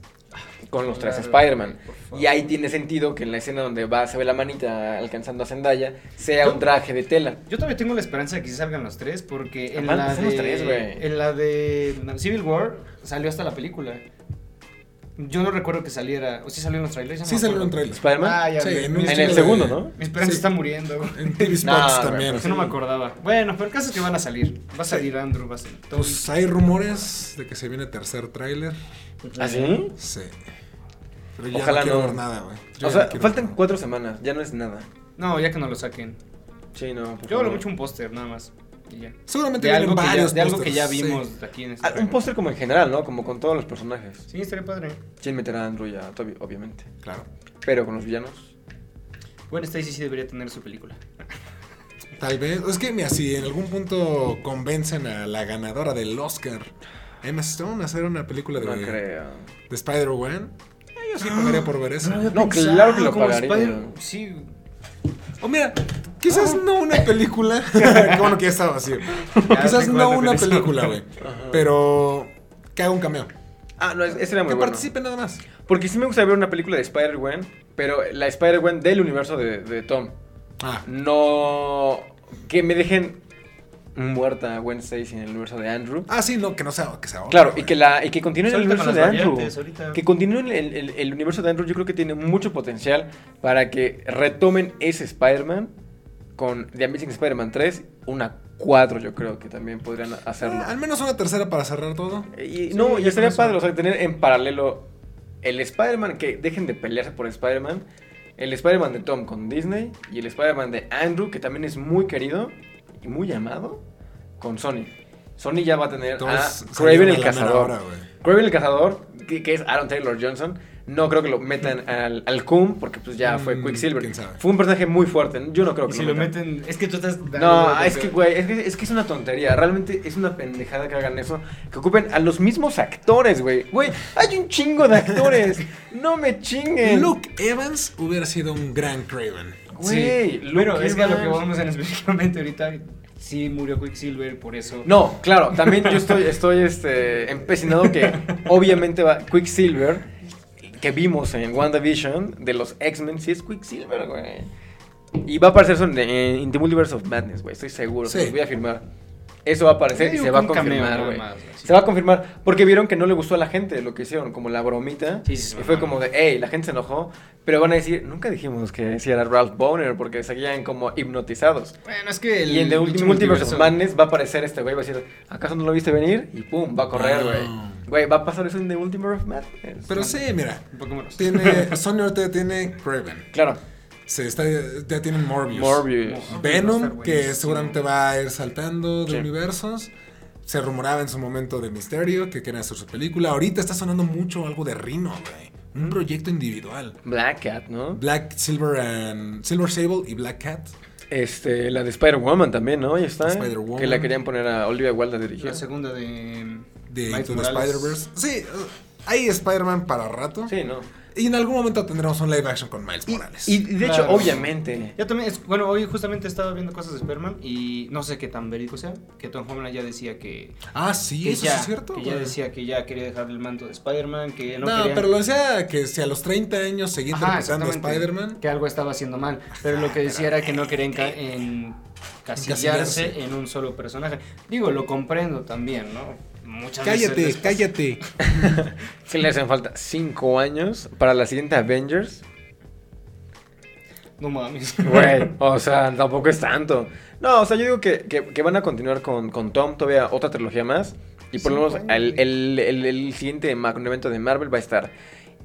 Speaker 2: con los tres
Speaker 3: Claro,
Speaker 2: Spider-Man.
Speaker 3: por favor.
Speaker 2: Y ahí tiene sentido que en la escena donde va, se ve la manita alcanzando a Zendaya, sea un traje de tela.
Speaker 3: Yo todavía tengo la esperanza de que sí salgan los tres, porque en
Speaker 2: Aparte,
Speaker 3: la,
Speaker 2: son los
Speaker 3: de,
Speaker 2: tres, güey.
Speaker 3: en la de Civil War salió hasta la película. Yo no recuerdo que saliera. ¿O sí salió en los trailers? Ya no
Speaker 1: Sí
Speaker 3: me
Speaker 1: salió
Speaker 3: acuerdo.
Speaker 1: un trailer.
Speaker 2: Spider-Man.
Speaker 3: Ah, ya.
Speaker 1: Sí,
Speaker 3: vi.
Speaker 1: un
Speaker 2: En el
Speaker 1: chingo
Speaker 2: segundo, ¿no?
Speaker 3: Mi esperanza
Speaker 1: Sí.
Speaker 3: está muriendo, güey.
Speaker 1: En TV Spots
Speaker 2: No, güey,
Speaker 1: también.
Speaker 3: Porque no me acordaba. Bueno, pero el caso es que van a salir. Va a salir Andrew, va a salir Toby.
Speaker 1: Pues hay rumores de que se viene tercer tráiler.
Speaker 2: ¿Ah, sí?
Speaker 1: Sí. Pero ya
Speaker 2: Ojalá
Speaker 1: no quiero
Speaker 2: no.
Speaker 1: ver nada, güey. Yo ya
Speaker 2: O sea,
Speaker 1: no quiero
Speaker 2: faltan
Speaker 1: ver nada.
Speaker 2: cuatro semanas, ya no es nada.
Speaker 3: No, ya que no lo saquen.
Speaker 2: Sí, no. por
Speaker 3: Yo hablo
Speaker 2: favor.
Speaker 3: mucho un póster, nada más. Y ya.
Speaker 1: Seguramente
Speaker 3: De algo,
Speaker 1: vienen
Speaker 3: que ya,
Speaker 1: varios
Speaker 3: de algo que
Speaker 1: pósters,
Speaker 3: ya
Speaker 1: sí.
Speaker 3: vimos aquí en este
Speaker 2: Ah, un póster como en general, ¿no? Como con todos los personajes.
Speaker 3: Sí, estaría padre.
Speaker 2: ¿Quién meterá a Andrew y a Toby? Obviamente.
Speaker 1: Claro.
Speaker 2: Pero con los villanos.
Speaker 3: Bueno, Stacy sí debería tener su película.
Speaker 1: Tal vez. Es que, mira, si en algún punto convencen a la ganadora del Oscar, Emma Stone, a hacer una película de,
Speaker 3: eh,
Speaker 2: No creo.
Speaker 1: de Spider-Man, eh, yo sí pagaría por ver eso.
Speaker 2: No, claro que lo pagaría.
Speaker 3: Ah, Sí.
Speaker 1: O mira, quizás no una película. Qué bueno que ya estaba vacío. quizás
Speaker 3: sé cuál
Speaker 1: no una
Speaker 3: definición.
Speaker 1: película, güey. Pero que haga un cameo.
Speaker 2: Ah, no, es- ese era muy
Speaker 1: Que
Speaker 2: bueno.
Speaker 1: participe nada más.
Speaker 2: Porque sí me gusta ver una película de Spider-Gwen, pero la Spider-Gwen del universo de, de Tom.
Speaker 1: Ah,
Speaker 2: No. Que me dejen muerta a Gwen Stacy en el universo de Andrew.
Speaker 1: ah, sí, no, que no sea. Que sea otra,
Speaker 2: Claro, y
Speaker 1: güey.
Speaker 2: que, la, y que continúe en el
Speaker 3: Ahorita con
Speaker 2: universo
Speaker 3: las
Speaker 2: de Andrew.
Speaker 3: variantes, ahorita.
Speaker 2: Que continúe en el, el- el universo de Andrew. Yo creo que tiene mucho potencial para que retomen ese Spider-Man con The Amazing Spider-Man 3. Una 4, yo creo que también podrían hacerlo.
Speaker 1: Ah, al menos una tercera para cerrar todo.
Speaker 2: Y,
Speaker 3: Sí,
Speaker 2: no,
Speaker 3: ya
Speaker 2: y estaría
Speaker 3: con eso.
Speaker 2: padre, o sea, tener en paralelo el Spider-Man, que dejen de pelearse por Spider-Man, el Spider-Man de Tom con Disney y el Spider-Man de Andrew, que también es muy querido y muy amado, con Sony. Sony ya va a tener
Speaker 1: Todos
Speaker 2: a Craven
Speaker 1: salieron
Speaker 2: el
Speaker 1: a la mera
Speaker 2: Cazador.
Speaker 1: hora, güey.
Speaker 2: Craven el Cazador, que, que es Aaron Taylor Johnson, no creo que lo metan al, al Coom, porque pues ya fue
Speaker 1: Mm,
Speaker 2: Quicksilver.
Speaker 1: quién sabe.
Speaker 2: Fue un personaje muy fuerte, yo no creo
Speaker 3: Y
Speaker 2: que
Speaker 3: si lo
Speaker 2: metan.
Speaker 3: meten. Es que tú estás.
Speaker 2: No, es que, güey, es que, es que es una tontería. Realmente es una pendejada que hagan eso. Que ocupen a los mismos actores, güey. Güey, hay un chingo de actores. No me chinguen.
Speaker 1: Luke Evans hubiera sido un gran Craven.
Speaker 2: Güey,
Speaker 3: sí.
Speaker 2: Luke
Speaker 3: Bueno, es que a lo
Speaker 2: Evans.
Speaker 3: que vamos en específicamente ahorita, sí murió Quicksilver, por eso.
Speaker 2: No, claro, también yo estoy, estoy este, empecinado que obviamente va Quicksilver, que vimos en WandaVision, de los X-Men, sí es Quicksilver, güey. Y va a aparecer eso en, en In the Multiverse of Madness, güey, estoy seguro,
Speaker 1: Sí.
Speaker 2: se los voy a firmar. Eso va a aparecer y
Speaker 3: Digo,
Speaker 2: se va a
Speaker 3: un cameo
Speaker 2: confirmar,
Speaker 3: nada
Speaker 2: güey.
Speaker 3: más, güey, sí.
Speaker 2: Se va a confirmar, porque vieron que no le gustó a la gente lo que hicieron, como la bromita.
Speaker 3: Sí, sí, sí,
Speaker 2: y fue
Speaker 3: mamaron.
Speaker 2: como de, hey, la gente se enojó. Pero van a decir, nunca dijimos que si era Ralph Boner, porque seguían como hipnotizados.
Speaker 3: Bueno, es que el.
Speaker 2: Y en The
Speaker 3: pinche
Speaker 2: Ultimate Multiverse of
Speaker 3: multiverso-
Speaker 2: Madness va a aparecer este güey, va a decir, ¿acaso no lo viste venir? Y pum, va a correr, güey.
Speaker 1: Ah.
Speaker 2: Güey, va a pasar eso en The Ultimate of Madness.
Speaker 1: Pero sí, mira.
Speaker 3: Un poco menos.
Speaker 1: Tiene, Sony ahorita tiene Craven.
Speaker 2: Claro,
Speaker 1: Se está, ya tienen Morbius.
Speaker 2: Morbius.
Speaker 3: Mo- Va a estar
Speaker 1: Venom, que
Speaker 3: buenísimo.
Speaker 1: seguramente va a ir saltando de
Speaker 2: Sí.
Speaker 1: universos. Se rumoraba en su momento de Misterio que quería hacer su película. Ahorita está sonando mucho algo de Rhino, güey. Un proyecto individual.
Speaker 2: Black Cat, ¿no?
Speaker 1: Black Silver and Silver Sable y Black Cat.
Speaker 2: Este, la de Spider-Woman también, ¿no? Ahí está.
Speaker 1: Spider-Woman.
Speaker 2: Que la querían poner a Olivia Wilde a dirigir.
Speaker 3: La segunda de.
Speaker 1: de
Speaker 3: Miles
Speaker 1: Into the
Speaker 3: Morales.
Speaker 1: Spider-Verse. Sí, uh, hay Spider-Man para rato.
Speaker 2: Sí, ¿no?
Speaker 1: Y en algún momento tendremos un live action con Miles Morales.
Speaker 2: Y, y de hecho,
Speaker 3: Claro.
Speaker 2: obviamente.
Speaker 3: Yo también, es- bueno, hoy justamente estaba viendo cosas de Spider-Man y no sé qué tan verídico sea, que Tom Holland ya decía que,
Speaker 1: ah, sí,
Speaker 3: que
Speaker 1: eso
Speaker 3: ya,
Speaker 1: sí es cierto.
Speaker 3: que ya
Speaker 1: güey.
Speaker 3: decía que ya quería dejar el manto de Spider-Man, que no,
Speaker 1: no,
Speaker 3: quería...
Speaker 1: pero lo decía que si a los 30 años seguía
Speaker 3: Ajá,
Speaker 1: interpretando a
Speaker 3: exactamente,
Speaker 1: Spider-Man.
Speaker 3: Que algo estaba haciendo mal, pero lo que decía era que no quería enca- en-
Speaker 1: Encasillarse.
Speaker 3: encasillarse en un solo personaje. Digo, lo comprendo también, ¿no? Muchas veces...
Speaker 1: Cállate,
Speaker 3: les pasa.
Speaker 1: cállate.
Speaker 2: Que le hacen falta cinco años para la siguiente Avengers.
Speaker 3: No mames.
Speaker 2: Güey, o sea, tampoco es tanto. No, o sea, yo digo que, que- que van a continuar con, con Tom todavía otra trilogía más. Y por lo menos el, el, el- el siguiente macro evento de Marvel va a estar.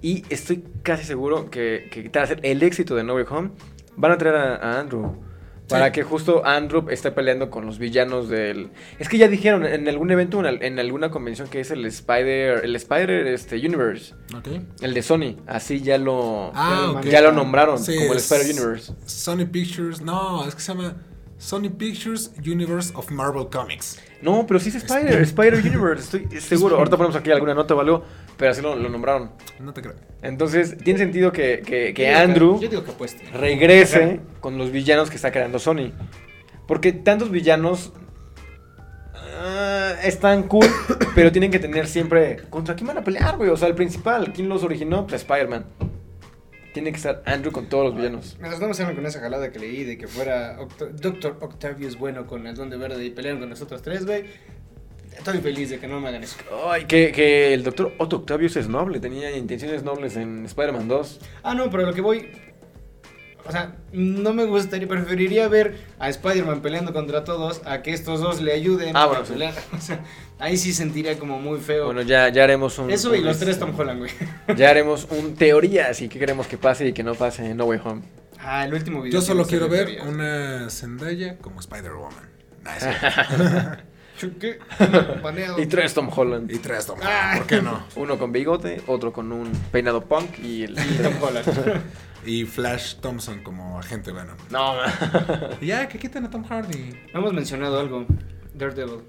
Speaker 2: Y estoy casi seguro que, que tras el éxito de No Way Home, van a traer a, a Andrew. Para
Speaker 1: Sí.
Speaker 2: que justo Andrew esté peleando con los villanos del... Es que ya dijeron en algún evento, en, al- en alguna convención que es el Spider... El Spider este, Universe.
Speaker 1: Ok.
Speaker 2: El de Sony. Así ya lo...
Speaker 1: Ah,
Speaker 3: lo
Speaker 1: ok.
Speaker 2: Ya lo nombraron
Speaker 1: Sí,
Speaker 2: como el
Speaker 1: es-
Speaker 2: Spider Universe.
Speaker 1: Sony Pictures, no, es que se llama Sony Pictures Universe of Marvel Comics.
Speaker 2: No, pero sí es Spider, Spider Universe, estoy seguro. Ahorita ponemos aquí alguna nota o algo, pero así lo, lo nombraron.
Speaker 1: No te creo.
Speaker 2: Entonces, tiene sentido que, que- que
Speaker 3: Yo digo
Speaker 2: Andrew
Speaker 3: Yo digo que apueste.
Speaker 2: regrese con los villanos que está creando Sony. Porque tantos villanos ah, están cool, pero tienen que tener siempre... ¿Contra quién van a pelear, güey? O sea, el principal, ¿quién los originó? Pues Spider-Man. Tiene que estar Andrew con todos los villanos.
Speaker 3: Mientras no me salgan con esa jalada que leí de que fuera Oct- Doctor Octavius bueno con el Duende Verde y pelearon con nosotros tres, güey. Estoy feliz de que no me hagan eso.
Speaker 2: Ay, que, que el doctor Otto Octavius es noble, tenía intenciones nobles en Spider-Man 2.
Speaker 3: Ah, no, pero lo que voy. O sea, no me gustaría, preferiría ver a Spider-Man peleando contra todos a que estos dos le ayuden
Speaker 2: Ah,
Speaker 3: a
Speaker 2: bueno, sí.
Speaker 3: pelear. O sea, ahí sí sentiría como muy feo.
Speaker 2: Bueno, ya, ya haremos un...
Speaker 3: eso y
Speaker 2: un-
Speaker 3: los tres Tom Holland, güey.
Speaker 2: Ya haremos un teoría, así que queremos que pase y que no pase en No Way Home.
Speaker 3: Ah, el último video.
Speaker 1: Yo
Speaker 3: que
Speaker 1: solo
Speaker 3: me
Speaker 1: quiero
Speaker 3: salió
Speaker 1: ver
Speaker 3: de
Speaker 1: una Zendaya como Spider-Woman. Nah, es
Speaker 3: Chuque, baneado.
Speaker 2: Y tres Tom Holland.
Speaker 1: y tres, Tom
Speaker 3: Ah.
Speaker 1: Holland, ¿por qué no?
Speaker 2: Uno con bigote, otro con un peinado punk y el...
Speaker 3: Y Tom Holland.
Speaker 1: Y Flash Thompson como agente Venom.
Speaker 2: No, man.
Speaker 1: Y ya, que quiten a Tom Hardy.
Speaker 3: No hemos mencionado algo. Daredevil.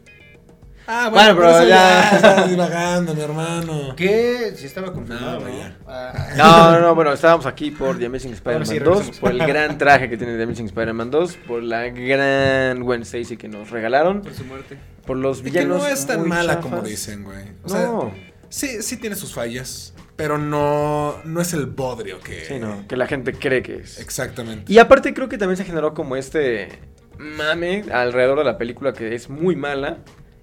Speaker 1: Ah,
Speaker 2: Bueno, pero
Speaker 1: eso
Speaker 2: ya-
Speaker 1: estás divagando, mi hermano.
Speaker 3: ¿Qué? Si estaba confirmado,
Speaker 1: No,
Speaker 3: ¿no?
Speaker 1: güey, ya.
Speaker 3: Ah,
Speaker 2: No, no, no, bueno, estábamos aquí por The Amazing Spider-Man
Speaker 3: Ahora sí,
Speaker 2: 2,
Speaker 3: regresemos.
Speaker 2: por el gran traje que tiene The Amazing Spider-Man 2, por la gran Gwen Stacy que nos regalaron,
Speaker 3: por su muerte.
Speaker 2: por los
Speaker 1: Y que
Speaker 2: villanos
Speaker 1: no es tan
Speaker 2: muy
Speaker 1: mala
Speaker 2: chafas.
Speaker 1: como dicen, güey. O
Speaker 2: no,
Speaker 1: sea, sí, sí tiene sus fallas, pero no, no es el bodrio que...
Speaker 2: sí, no, que la gente cree que es.
Speaker 1: Exactamente.
Speaker 2: Y aparte creo que también se generó como este mame alrededor de la película que es muy mala.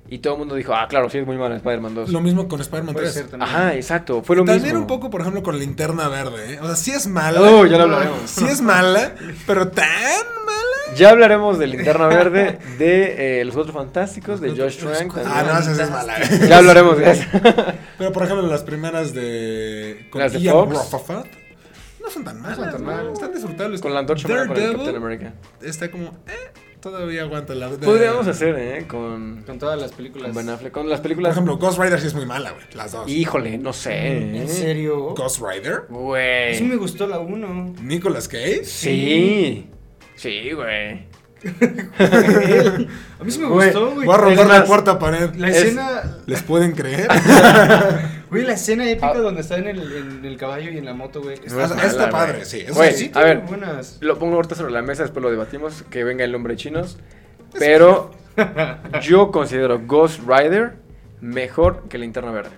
Speaker 2: Y todo el mundo dijo, ah, claro, sí es muy mala Spider-Man 2.
Speaker 1: Lo mismo con Spider-Man
Speaker 3: Puede
Speaker 1: 3.
Speaker 3: ser también.
Speaker 2: Ajá, exacto. Fue lo
Speaker 1: También
Speaker 2: mismo.
Speaker 1: un poco, por ejemplo, con Linterna Verde, ¿eh? O sea, sí es mala.
Speaker 2: Oh, ya lo hablaremos.
Speaker 1: Sí es mala, pero tan mala.
Speaker 2: Ya hablaremos de Linterna Verde, de eh, Los Cuatro Fantásticos, de Josh Trank.
Speaker 1: Ah, no, esa sí es mala. ¿eh?
Speaker 2: Ya hablaremos de eso.
Speaker 1: Pero, por ejemplo, las primeras de... Con
Speaker 2: Las de
Speaker 1: Ian
Speaker 2: Fox.
Speaker 1: Rutherford, No son tan malas,
Speaker 3: son tan
Speaker 1: güey.
Speaker 3: malas.
Speaker 1: Están disfrutables.
Speaker 2: Con la antorcha humana para el
Speaker 1: Daredevil
Speaker 2: Capitán América.
Speaker 1: está como... eh, todavía aguanta la... de-
Speaker 2: Podríamos hacer, ¿eh? Con,
Speaker 3: Con todas las
Speaker 2: con
Speaker 3: películas.
Speaker 2: Ben Affleck. Con las
Speaker 1: Por
Speaker 2: películas...
Speaker 1: ejemplo, Ghost Rider sí es muy mala, güey. Las dos.
Speaker 2: Híjole, no sé. ¿eh?
Speaker 3: ¿En serio?
Speaker 1: Ghost Rider,
Speaker 3: Sí me
Speaker 2: Güey.
Speaker 3: gustó la 1.
Speaker 1: Nicolas Cage.
Speaker 2: Sí. Sí, güey.
Speaker 3: A mí sí me
Speaker 2: Güey,
Speaker 3: gustó, güey.
Speaker 1: Voy a romper
Speaker 2: Es
Speaker 1: la
Speaker 2: más,
Speaker 1: cuarta pared.
Speaker 3: La
Speaker 2: es-
Speaker 3: escena...
Speaker 1: ¿Les pueden creer?
Speaker 3: Güey, la escena épica
Speaker 2: Ah.
Speaker 3: donde está en el, en el caballo y en la moto, güey.
Speaker 1: No es-
Speaker 3: Está
Speaker 1: Está- está
Speaker 2: mala,
Speaker 1: padre,
Speaker 2: güey.
Speaker 1: sí, eso
Speaker 2: Güey,
Speaker 1: sí
Speaker 2: a
Speaker 3: tiene
Speaker 2: ver,
Speaker 3: buenas.
Speaker 2: lo pongo ahorita sobre la mesa, después lo debatimos, que venga el hombre chinos. Pero yo considero Ghost Rider mejor que Linterna Verde.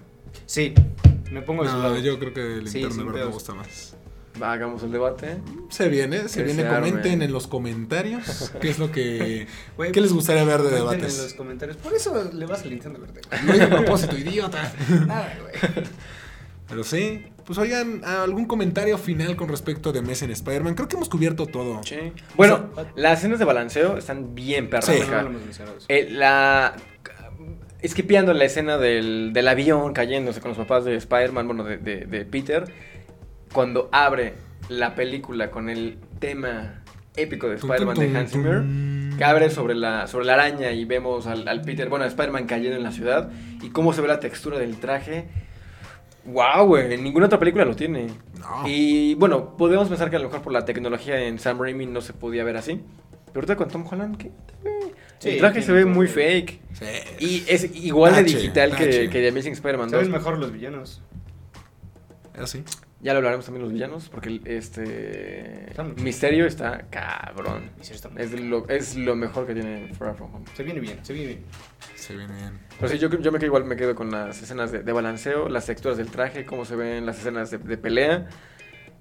Speaker 3: Sí, me pongo de su
Speaker 1: No,
Speaker 3: lado.
Speaker 1: yo creo que el
Speaker 3: Sí,
Speaker 1: interno
Speaker 3: sin
Speaker 1: verde me
Speaker 3: pedos.
Speaker 1: gusta más.
Speaker 2: Va, hagamos el debate.
Speaker 1: Se viene, se
Speaker 2: Que
Speaker 1: viene.
Speaker 2: se
Speaker 1: Comenten
Speaker 2: arme.
Speaker 1: en los comentarios qué es lo que.
Speaker 3: Güey,
Speaker 1: ¿Qué les gustaría ver de
Speaker 3: comenten
Speaker 1: debates?
Speaker 3: en los comentarios. Por eso le vas al Nintendo Verde. güey.
Speaker 1: No es a propósito, idiota.
Speaker 3: Nada, güey.
Speaker 1: Pero sí. Pues oigan, algún comentario final con respecto de Amazing Spider-Man. Creo que hemos cubierto todo.
Speaker 2: Bueno, las escenas de balanceo están bien perras.
Speaker 1: Sí.
Speaker 3: No, no
Speaker 2: acá.
Speaker 3: lo hemos mencionado.
Speaker 2: Eh, la. Esquipeando la escena del, del avión cayéndose con los papás de Spider-Man, bueno, de, de- de Peter. Cuando abre la película con el tema épico de
Speaker 1: Tum,
Speaker 2: Spider-Man
Speaker 1: tum,
Speaker 2: de Hans
Speaker 1: tum,
Speaker 2: Zimmer,
Speaker 1: tum.
Speaker 2: que abre sobre la, sobre la araña y vemos al, al Peter, bueno, a Spider-Man cayendo en la ciudad y cómo se ve la textura del traje. ¡Wow, güey! Ninguna otra película lo tiene.
Speaker 1: No.
Speaker 2: Y bueno, podemos pensar que a lo mejor por la tecnología en Sam Raimi no se podía ver así. Pero ahorita con Tom Holland, ¿qué?
Speaker 3: Sí,
Speaker 2: el traje se
Speaker 3: tiene
Speaker 2: ve
Speaker 3: todo
Speaker 2: muy
Speaker 3: que-
Speaker 2: fake.
Speaker 1: Sí.
Speaker 2: Y es igual de
Speaker 1: Tache,
Speaker 2: digital que,
Speaker 1: tache.
Speaker 2: que The Amazing Spider-Man
Speaker 3: Sabes
Speaker 2: 2.
Speaker 3: mejor los villanos.
Speaker 1: Así.
Speaker 2: Ya lo hablaremos también los villanos, porque el- este
Speaker 3: Está muy chido.
Speaker 2: Misterio está cabrón.
Speaker 3: Y sí, está muy
Speaker 2: Es
Speaker 3: chido.
Speaker 2: lo, es lo mejor que tiene Far From Home.
Speaker 3: Se viene bien, se viene bien.
Speaker 1: Se viene bien.
Speaker 2: Pero sí, yo, yo me quedo igual me quedo con las escenas de, de balanceo, las texturas del traje, cómo se ven las escenas de, de pelea.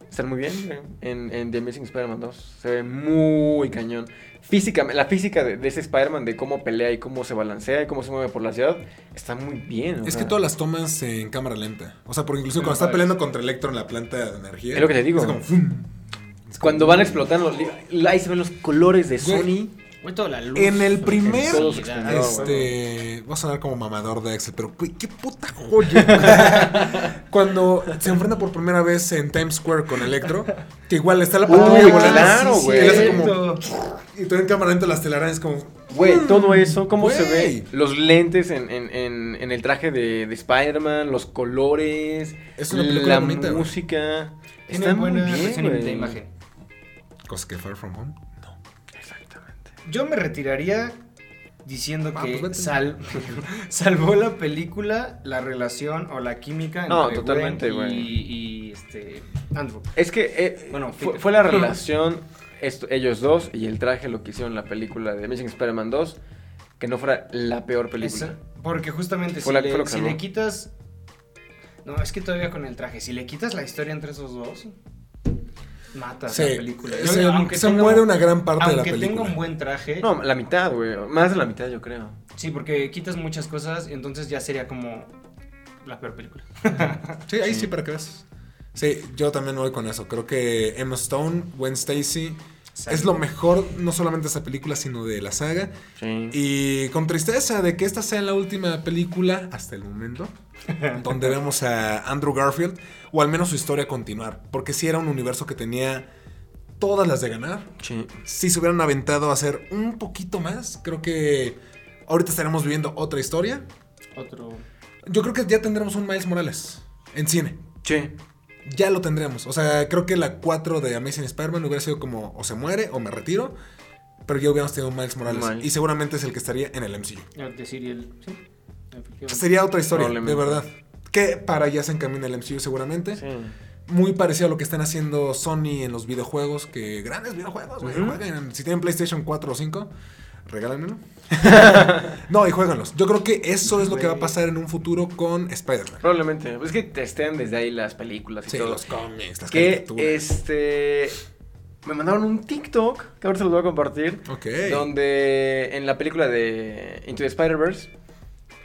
Speaker 2: Están muy bien eh, en, en The Amazing Spider-Man 2. Se ve muy cañón. Física, la física de, de ese Spider-Man, de cómo pelea y cómo se balancea y cómo se mueve por la ciudad, está muy bien. o
Speaker 1: Es que
Speaker 2: sea.
Speaker 1: todas las tomas en cámara lenta. O sea, porque incluso
Speaker 3: Pero
Speaker 1: cuando está
Speaker 3: padres.
Speaker 1: peleando contra Electro en la planta de energía.
Speaker 2: Es lo que te digo.
Speaker 1: es como, ¡fum! Es
Speaker 2: Cuando
Speaker 1: como-
Speaker 2: van explotando, ahí se ven los colores de
Speaker 1: Güey.
Speaker 2: Sony. Ah,
Speaker 3: Güey, toda la luz.
Speaker 1: En el
Speaker 3: la
Speaker 1: primer-
Speaker 2: Todos
Speaker 3: calidad.
Speaker 2: extendidos.
Speaker 1: este. Voy a sonar como mamador de Axel, pero güey, qué puta joya. Cuando se enfrenta por primera vez en Times Square con Electro, que igual está la
Speaker 2: Uy,
Speaker 1: patrulla volando.
Speaker 2: claro,
Speaker 1: Sí, sí,
Speaker 2: güey.
Speaker 1: y le hace como-
Speaker 3: Cierto.
Speaker 1: Y todo en cámara lenta las telarañas como.
Speaker 2: Güey, todo eso, cómo se
Speaker 1: Güey.
Speaker 2: ve. Los lentes en, en- en- en el traje de, de Spider-Man, los colores,
Speaker 1: Es una película
Speaker 2: la
Speaker 1: bonita, güey.
Speaker 2: música.
Speaker 3: Tiene
Speaker 2: Está muy
Speaker 3: buena
Speaker 2: bien,
Speaker 3: gestión
Speaker 2: güey.
Speaker 3: de imagen.
Speaker 1: Cosa que Far From Home.
Speaker 2: Exactamente.
Speaker 3: Yo me retiraría diciendo
Speaker 1: Ah,
Speaker 3: que
Speaker 1: pues vete.
Speaker 3: sal- salvó la película la relación o la química
Speaker 2: No,
Speaker 3: entre
Speaker 2: totalmente,
Speaker 3: Gwen
Speaker 2: güey.
Speaker 3: y, y, este Andrew.
Speaker 2: Es que eh,
Speaker 3: Bueno,
Speaker 2: fue,
Speaker 3: Peter.
Speaker 2: fue la relación esto- ellos dos y el traje lo que hicieron en la película de Amazing Spider-Man 2, que no fuera la peor película.
Speaker 3: Esa- porque justamente
Speaker 2: Fue
Speaker 3: si,
Speaker 2: la- fue lo
Speaker 3: le,
Speaker 2: que
Speaker 3: si
Speaker 2: salvó.
Speaker 3: le quitas no, es que todavía con el traje, si le quitas la historia entre esos dos matas
Speaker 1: Sí,
Speaker 3: la película. Yo-
Speaker 1: se,
Speaker 3: aunque
Speaker 1: se
Speaker 3: tenga-
Speaker 1: muere una gran parte de la
Speaker 3: aunque tenga
Speaker 1: película.
Speaker 3: un buen traje,
Speaker 2: No, la mitad, güey. Más de la mitad, yo creo.
Speaker 3: sí, porque quitas muchas cosas, entonces ya sería como la peor película.
Speaker 1: Sí, ahí sí, para que veas. Sí, yo también voy con eso. Creo que Emma Stone, Gwen Stacy, es lo mejor, no solamente de esta película, sino de la saga.
Speaker 2: Sí.
Speaker 1: Y con tristeza de que esta sea la última película, hasta el momento, donde vemos a Andrew Garfield, o al menos su historia continuar. Porque sí era un universo que tenía todas las de ganar.
Speaker 2: Sí.
Speaker 1: Si se hubieran aventado a hacer un poquito más, creo que ahorita estaremos viviendo otra historia.
Speaker 3: Otro
Speaker 1: Yo creo que ya tendremos un Miles Morales en cine.
Speaker 2: Sí.
Speaker 1: Ya lo tendremos. O sea, creo que la 4 de Amazing Spider-Man hubiera sido como o se muere o me retiro. Pero ya hubiéramos tenido un Miles Morales.
Speaker 2: Miles.
Speaker 1: Y seguramente es el que estaría en el MCU.
Speaker 3: El de Siriel, sí, efectivamente.
Speaker 1: Sería otra historia, de
Speaker 2: Probablemente.
Speaker 1: verdad. Que para allá se encamina el MCU seguramente.
Speaker 2: sí.
Speaker 1: Muy parecido a lo que están haciendo Sony en los videojuegos. Que grandes videojuegos, güey.
Speaker 2: Ujú.
Speaker 1: Jueguen. Si tienen PlayStation 4 o 5, regálenmelo. no, y juéganlos. Yo creo que eso es lo que va a
Speaker 3: Güey.
Speaker 1: pasar en un futuro con Spider-Man.
Speaker 2: Probablemente. Pues es que testean desde ahí las películas y
Speaker 1: Sí,
Speaker 2: todo.
Speaker 1: los cómics, las
Speaker 2: que
Speaker 1: caricaturas.
Speaker 2: este. Me mandaron un TikTok, que ahora se los voy a compartir.
Speaker 1: Ok.
Speaker 2: Donde en la película de Into the Spider-Verse,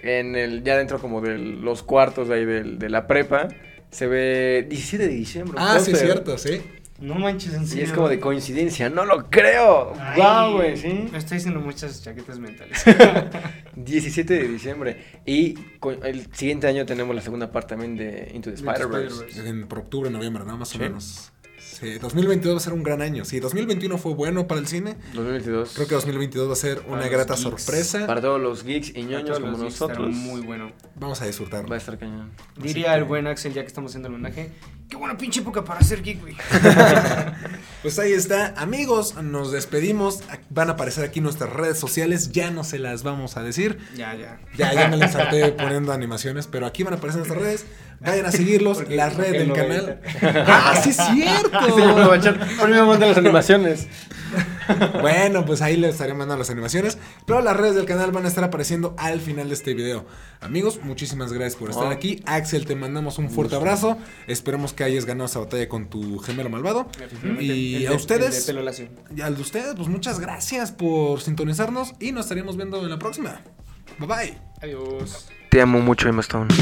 Speaker 2: en el, ya dentro como de los cuartos de ahí del- de la prepa, se ve 17 de diciembre. un
Speaker 1: Ah, sí,
Speaker 2: póster.
Speaker 1: cierto, sí.
Speaker 3: No manches, en
Speaker 2: Y
Speaker 3: serio.
Speaker 2: es como de coincidencia, no lo creo.
Speaker 3: Ay,
Speaker 2: ¡Guau, güey! Sí.
Speaker 3: Me estoy haciendo muchas chaquetas mentales.
Speaker 2: 17 de diciembre. Y co- el siguiente año tenemos la segunda parte también de
Speaker 3: Into
Speaker 2: Into the
Speaker 3: the
Speaker 2: Spider-Verse.
Speaker 3: Spider-Verse.
Speaker 1: En, por octubre, noviembre, ¿no? Más
Speaker 2: Sí.
Speaker 1: o menos. Sí, 2022 va a ser un gran año. Sí, 2021 fue bueno para el cine.
Speaker 2: 2022.
Speaker 1: Creo que 2022 va a ser
Speaker 3: Para
Speaker 1: una
Speaker 3: los
Speaker 1: grata
Speaker 3: geeks,
Speaker 1: sorpresa.
Speaker 2: Para todos los geeks y ñoños
Speaker 3: Todos
Speaker 2: como
Speaker 3: los geeks estarán
Speaker 2: nosotros.
Speaker 3: Muy bueno.
Speaker 1: Vamos a disfrutarlo.
Speaker 2: Va a estar cañón.
Speaker 3: Diría el buen Axel, ya que estamos haciendo el homenaje, qué buena pinche época para ser geek, güey.
Speaker 1: Pues ahí está. Amigos, nos despedimos. Van a aparecer aquí nuestras redes sociales. Ya no se las vamos a decir.
Speaker 3: Ya, ya.
Speaker 1: Ya, ya me las harté poniendo animaciones, pero aquí van a aparecer nuestras redes. Vayan a seguirlos,
Speaker 3: Porque-
Speaker 1: las redes
Speaker 3: porque
Speaker 1: del
Speaker 3: lo
Speaker 1: canal. ¡Ah, sí es
Speaker 2: Sí, yo me lo voy a
Speaker 1: cierto!
Speaker 2: echar. Por mí me mandan las animaciones.
Speaker 1: Bueno, pues ahí les estaré mandando las animaciones, pero las redes del canal van a estar apareciendo al final de este video. Amigos, muchísimas gracias por estar
Speaker 2: Ah.
Speaker 1: aquí. Axel, te mandamos un fuerte abrazo. Esperemos que hayas ganado esa batalla con tu gemelo malvado. Y a ustedes,
Speaker 3: El de pelo lacio.
Speaker 1: Y al de ustedes, pues muchas gracias por sintonizarnos y nos estaremos viendo en la próxima. Bye bye.
Speaker 3: Adiós.
Speaker 2: Te amo mucho, Emma Stone.